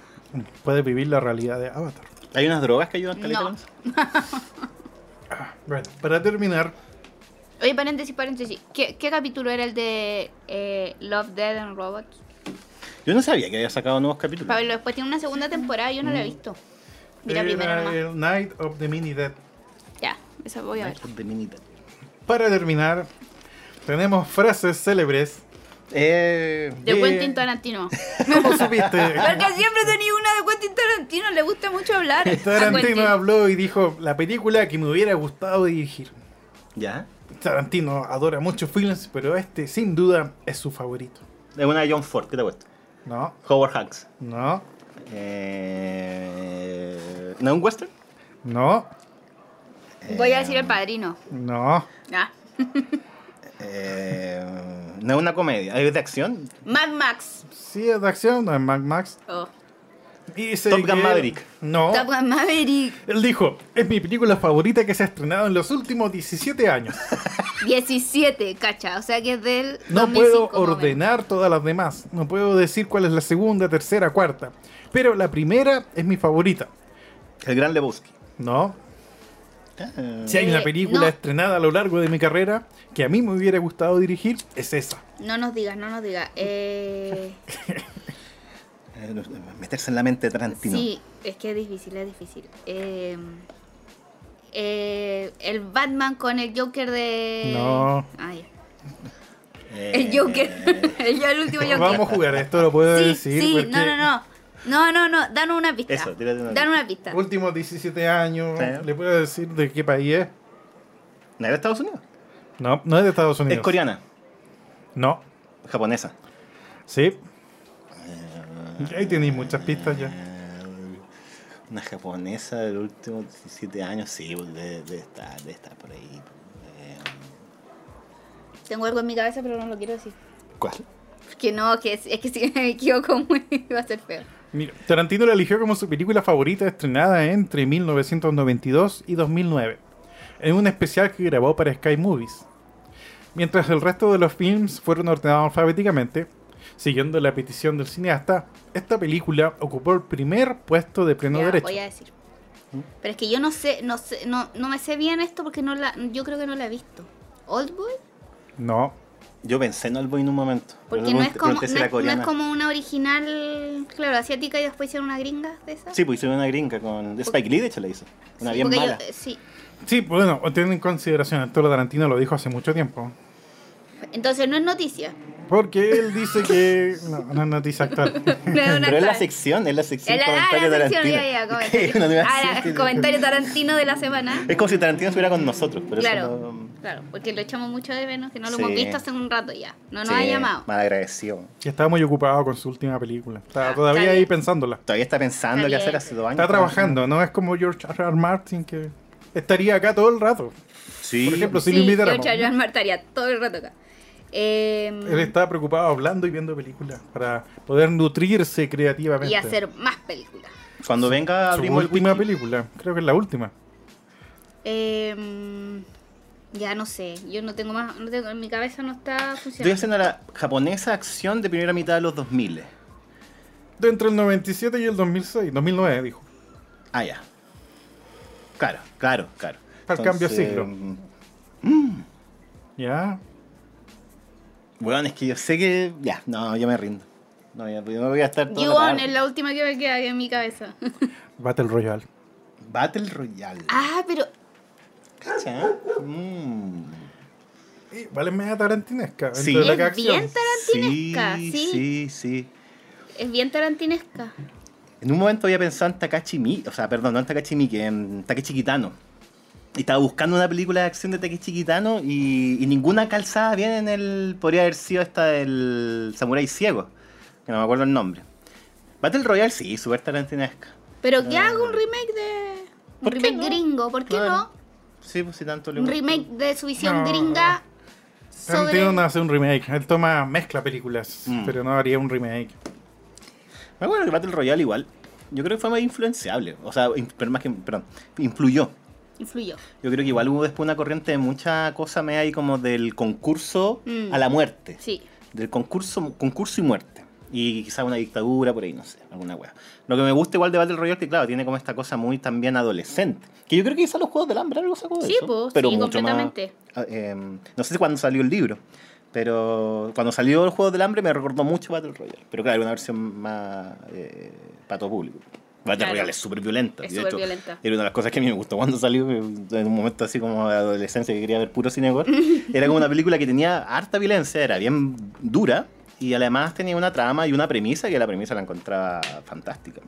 Puedes vivir la realidad de Avatar.
¿Hay unas drogas que ayudan caleta
No.
con eso?
Bueno, para terminar,
Oye, paréntesis, paréntesis. ¿Qué, qué capítulo era el de eh, Love, Dead and Robots?
Yo no sabía que había sacado nuevos capítulos.
Pablo, después tiene una segunda temporada, yo no
Mm.
la he visto. Mira primero
era
nomás.
eh, el Night of the Mini Dead.
Ya, esa voy a ver.
Night of the Minute.
Para terminar, tenemos frases célebres.
Eh,
De
Bien.
Quentin Tarantino.
¿Cómo supiste?
Porque siempre tenía una de Quentin Tarantino, le gusta mucho hablar. Ah, a Quentin.
Tarantino habló y dijo la película que me hubiera gustado dirigir.
¿Ya?
Tarantino adora muchos films, pero este sin duda es su favorito.
Es una de John Ford, ¿qué te puesto?
No,
Howard Hanks.
no,
Eh, ¿No es un western?
no,
Voy a decir el padrino.
no.
Ah.
Eh, ¿No es una comedia? ¿Es de acción?
Mad Max.
Sí, es de acción, no es Mad Max.
Oh.
Y dice
Top Gun
que-
Maverick.
No.
Top Gun Maverick.
Él dijo, es mi película favorita que se ha estrenado en los últimos 17 años.
17, cacha. O sea que es del.
No
2005
puedo
más o menos.
ordenar todas las demás. No puedo decir cuál es la segunda, tercera, cuarta. Pero la primera es mi favorita.
El Gran Lebowski.
No.
Ah.
Si hay una
Eh,
película
no.
estrenada a lo largo de mi carrera que a mí me hubiera gustado dirigir, es esa.
No nos digas, no nos digas. Eh,
Eh, Meterse en la mente de Tarantino.
sí, es que es difícil, es difícil. Eh, eh, el Batman con el Joker de.
No.
Ah, ya.
Eh,
El Joker. el, el último Joker.
Vamos a jugar, esto lo puedo
Sí,
decir.
sí,
porque
no, no, no. No, no, no, danos una pista.
Eso, tírate una
Dan una pista.
Últimos 17 años,
Sí.
¿le puedo decir de qué país es?
¿No era de Estados Unidos?
No, no es de Estados Unidos.
Es coreana,
No,
japonesa.
sí. Ahí tenéis muchas pistas ya.
Eh, Una japonesa de los últimos 17 años, sí, pues, de, de estar, de estar por ahí. Eh,
Tengo algo en mi cabeza, pero no lo quiero decir.
¿Cuál?
Que no, que es, es que si me equivoco va a ser feo.
Mira, Tarantino la eligió como su película favorita estrenada entre 1992 y 2009, en un especial que grabó para Sky Movies. Mientras el resto de los films fueron ordenados alfabéticamente, siguiendo la petición del cineasta, esta película ocupó el primer puesto de pleno
Ya,
derecho. ¿Mm?
voy a decir. Pero es que yo no sé, no sé, no, no me sé bien esto porque no la, yo creo que no la he visto. Oldboy,
No,
Yo pensé en Alboy en un momento.
Porque
pero
no
pregunté-
es, como, no,
pregunté si
es-
era
no es
coreana.
como una original, claro, asiática y después hicieron una gringa de esas.
Sí, pues hizo una gringa con de Spike Lee, de hecho, la hizo. Una
Sí,
bien
porque yo- eh,
mala.
sí.
Sí, bueno, ten en consideración, Arturo Tarantino lo dijo hace mucho tiempo.
Entonces no es noticia.
Porque él dice que. No, no es noticia actual.
No es una
Pero es la
actual.
sección, es la sección
Es la, ah,
comentario
la sección,
Tarantino.
ya, ya,
Que uno debe
comentario. Ah,
hacer.
la- comentario tarantino de la semana.
Es como si Tarantino estuviera con nosotros, pero eso
Claro,
no-
claro, porque lo echamos mucho de menos, que no lo
Sí.
hemos visto hace un rato ya. No nos
Sí,
ha llamado.
Malagradecido.
Y estaba muy ocupado con su última película. Estaba
Ah,
todavía
está
ahí
bien.
pensándola.
Todavía está pensando
Está
qué
bien.
hacer hace dos años.
Está trabajando, no es como George R. R. Martin que estaría acá todo el rato.
Sí.
Por ejemplo, si
Sí,
lo invitáramos.
George Armar estaría todo el rato acá. Eh,
Él estaba preocupado hablando y viendo películas para poder nutrirse creativamente.
y hacer más películas.
Cuando venga
su
abrimos el
última
wiki.
película, creo que es la última.
Eh, ya no sé, yo no tengo más, no tengo, en mi cabeza no está
Estoy
funcionando.
haciendo la japonesa acción de primera mitad de los 2000.
De entre el 97 y el 2006, 2009 dijo.
Ah, ya. Claro, claro, claro.
Para el cambio de
Entonces,
siglo.
mm,
Ya.
Bueno, es que yo sé que. Ya, no, yo me rindo. No, ya, yo no voy a estar toda la
Yuon
tarde.
es la última que me queda en mi cabeza.
Battle Royale.
Battle Royale.
ah, pero
¿Cacha? Mm.
Y vale media tarantinesca.
Sí.
dentro de la
Es
acción.
bien tarantinesca,
Mm. Sí,
sí.
sí, sí.
es bien tarantinesca.
En un momento había pensado en Takashi Miike, o sea, perdón, no en Takashi Miike, en Takeshi Kitano. Y estaba buscando una película de acción de Takeshi Kitano y, y ninguna calzada bien en el... Podría haber sido esta del Samurai Ciego, que no me acuerdo el nombre. Battle Royale, sí, súper tarantinesca.
Pero que haga un remake de. Un
Ah. ¿Por qué
remake
no?
gringo, ¿por qué
Claro. Sí, pues si tanto
no?
le
Un
gusta.
remake de su visión
No.
gringa.
Tarantino
Sobre...
no hace un remake. Él toma mezcla películas,
Mm.
pero no haría un remake.
Me acuerdo que Battle Royale igual. Yo creo que fue más influenciable. O sea, in- pero más que, perdón, influyó.
Influyó.
Yo creo que igual hubo después una corriente de mucha cosa media ahí como del concurso
Mm.
a la muerte.
Sí.
Del concurso, concurso y muerte. Y quizás una dictadura por ahí, no sé, alguna wea. Lo que me gusta igual de Battle Royale es que, claro, tiene como esta cosa muy también adolescente. Que yo creo que quizás los juegos del hambre algo sacó de
Sí,
eso.
po, sí, completamente.
ah, em, no sé si cuando salió el libro, pero cuando salió el juego del hambre me recordó mucho Battle Royale. Pero claro, era una versión más eh, pato público. Battle
Claro.
Royale es súper violenta.
Es
y de
súper
hecho,
violenta.
Era una de las cosas que a mí me gustó cuando salió, en un momento así como de adolescencia que quería ver puro cine gore. Era como una película que tenía harta violencia, era bien dura y además tenía una trama y una premisa que la premisa la encontraba fantástica.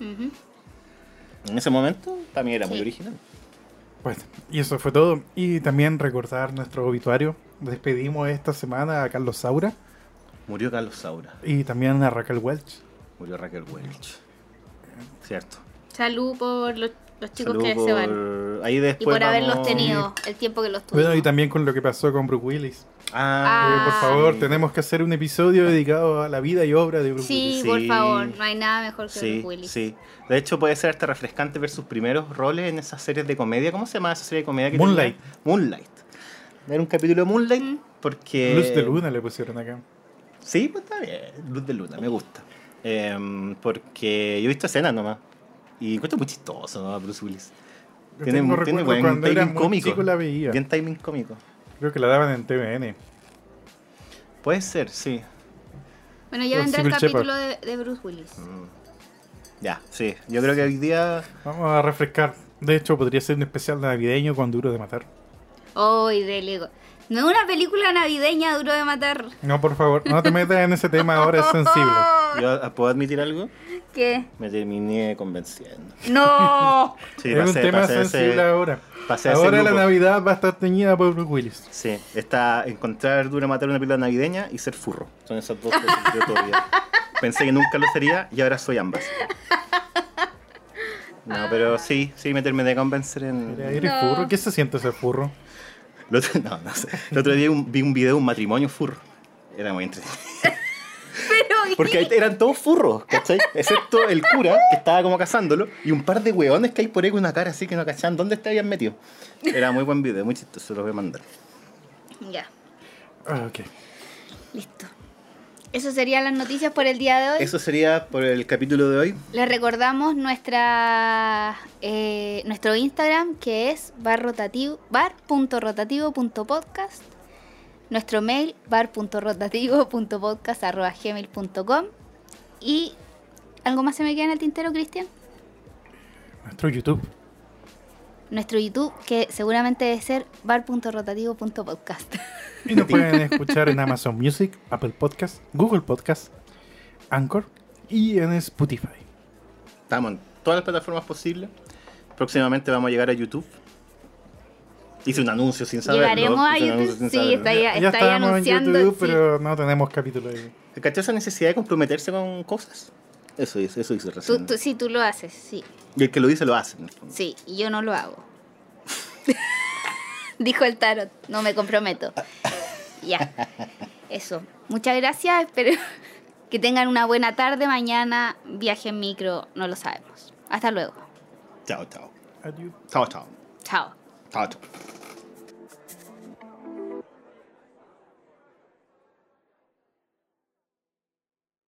Ujú.
En ese momento también era muy
Sí.
original.
Pues, y eso fue todo. Y también recordar nuestro obituario. Despedimos esta semana a Carlos Saura
Murió Carlos Saura,
y también a Raquel Welch.
murió Raquel Welch. Cierto.
Salud por los, los chicos
Salud
que se van.
por... Ahí después
Y por haberlos
vamos-
tenido el tiempo que los tuvimos.
Bueno, y también con lo que pasó con Brooke Willis.
Ah,
Eh, por
Ah.
favor, tenemos que hacer un episodio dedicado a la vida y obra de Brooke Willis.
Sí,
Sí.
por favor, no hay nada mejor que
Sí,
Bruce Willis.
sí. De hecho, puede ser hasta refrescante ver sus primeros roles en esas series de comedia. ¿Cómo se llama esa serie de comedia? Que
Moonlight.
tenía? Moonlight. Era un capítulo de Moonlight porque...
Luz de Luna le pusieron acá.
Sí, pues está bien. Luz de Luna, me gusta. Em, porque yo he visto escenas nomás. Y encuentro muy chistoso ¿no? a Bruce Willis.
Yo
Tiene,
tengo
mu- tiene
recuerdo
buen
cuando era
timing
muy
cómico.
chico la veía.
Bien timing cómico.
Creo que la daban en TVN.
Puede ser, sí.
Bueno, ya
Con
vendrá el
Sybil Shepherd.
capítulo de, de Bruce Willis.
Mm. Ya, sí. Yo creo que hoy día...
Vamos a refrescar. De hecho, podría ser un especial navideño con Duro de Matar.
Hoy de Lego. No es una película navideña duro de matar.
No, por favor, no te metas en ese tema ahora, es sensible.
¿Yo ah, puedo admitir algo?
¿Qué?
Me terminé convenciendo.
No.
Sí,
es un
pasé-
tema
pasé ese-
sensible ahora.
pasé a ese
Ahora la
grupo.
Navidad va a estar teñida por Bruce Willis.
Sí, está encontrar dura matar una película navideña y ser furro. Son esas dos cosas que yo todavía. Pensé que nunca lo sería y ahora soy ambas. No, pero sí, sí me terminé de convencer en.
Mira, eres
No.
furro. ¿Qué se siente ese furro?
El otro, no, no sé. El otro día un- vi un video de un matrimonio furro. Era muy entretenido.
Pero
Porque ahí eran todos furros, ¿cachai? Excepto el cura, que estaba como cazándolo, y un par de hueones que hay por ahí con una cara así que no cachan dónde te habían metido. Era muy buen video, muy chistoso, lo voy a mandar.
ya,
Ah, ok.
listo. Eso serían las noticias por el día de hoy.
Eso sería por el capítulo de hoy.
Les recordamos nuestra eh, nuestro Instagram que es barrotativo- bar.rotativo.podcast. Nuestro mail bar.rotativo.podcast.gmail.com Y algo más se me queda en el tintero, Cristian.
Nuestro YouTube.
Nuestro YouTube, que seguramente debe ser bar.rotativo.podcast.
Y nos pueden escuchar en Amazon Music, Apple Podcast, Google Podcast, Anchor y en Spotify.
Estamos en todas las plataformas posibles. Próximamente vamos a llegar a YouTube. Hice un anuncio sin saberlo.
Llegaremos a
hice un anuncio
YouTube.
sin
Sí,
saberlo.
está ahí,
ya
está ahí
estábamos en
anunciando.
YouTube,
sí.
pero no tenemos capítulo ahí.
¿Cachai esa necesidad de comprometerse con cosas? Eso hice, eso hice recién.
Tú, tú- sí, tú lo haces, sí.
Y el que lo dice lo hace. en el fondo.
Sí, y yo no lo hago. Dijo el tarot, no me comprometo. Ya. Eso. Muchas gracias, espero que tengan una buena tarde, mañana, viaje en micro, no lo sabemos. Hasta luego.
Chao, chao.
Adiós.
Chao, chao.
Chao.
Chao, chao.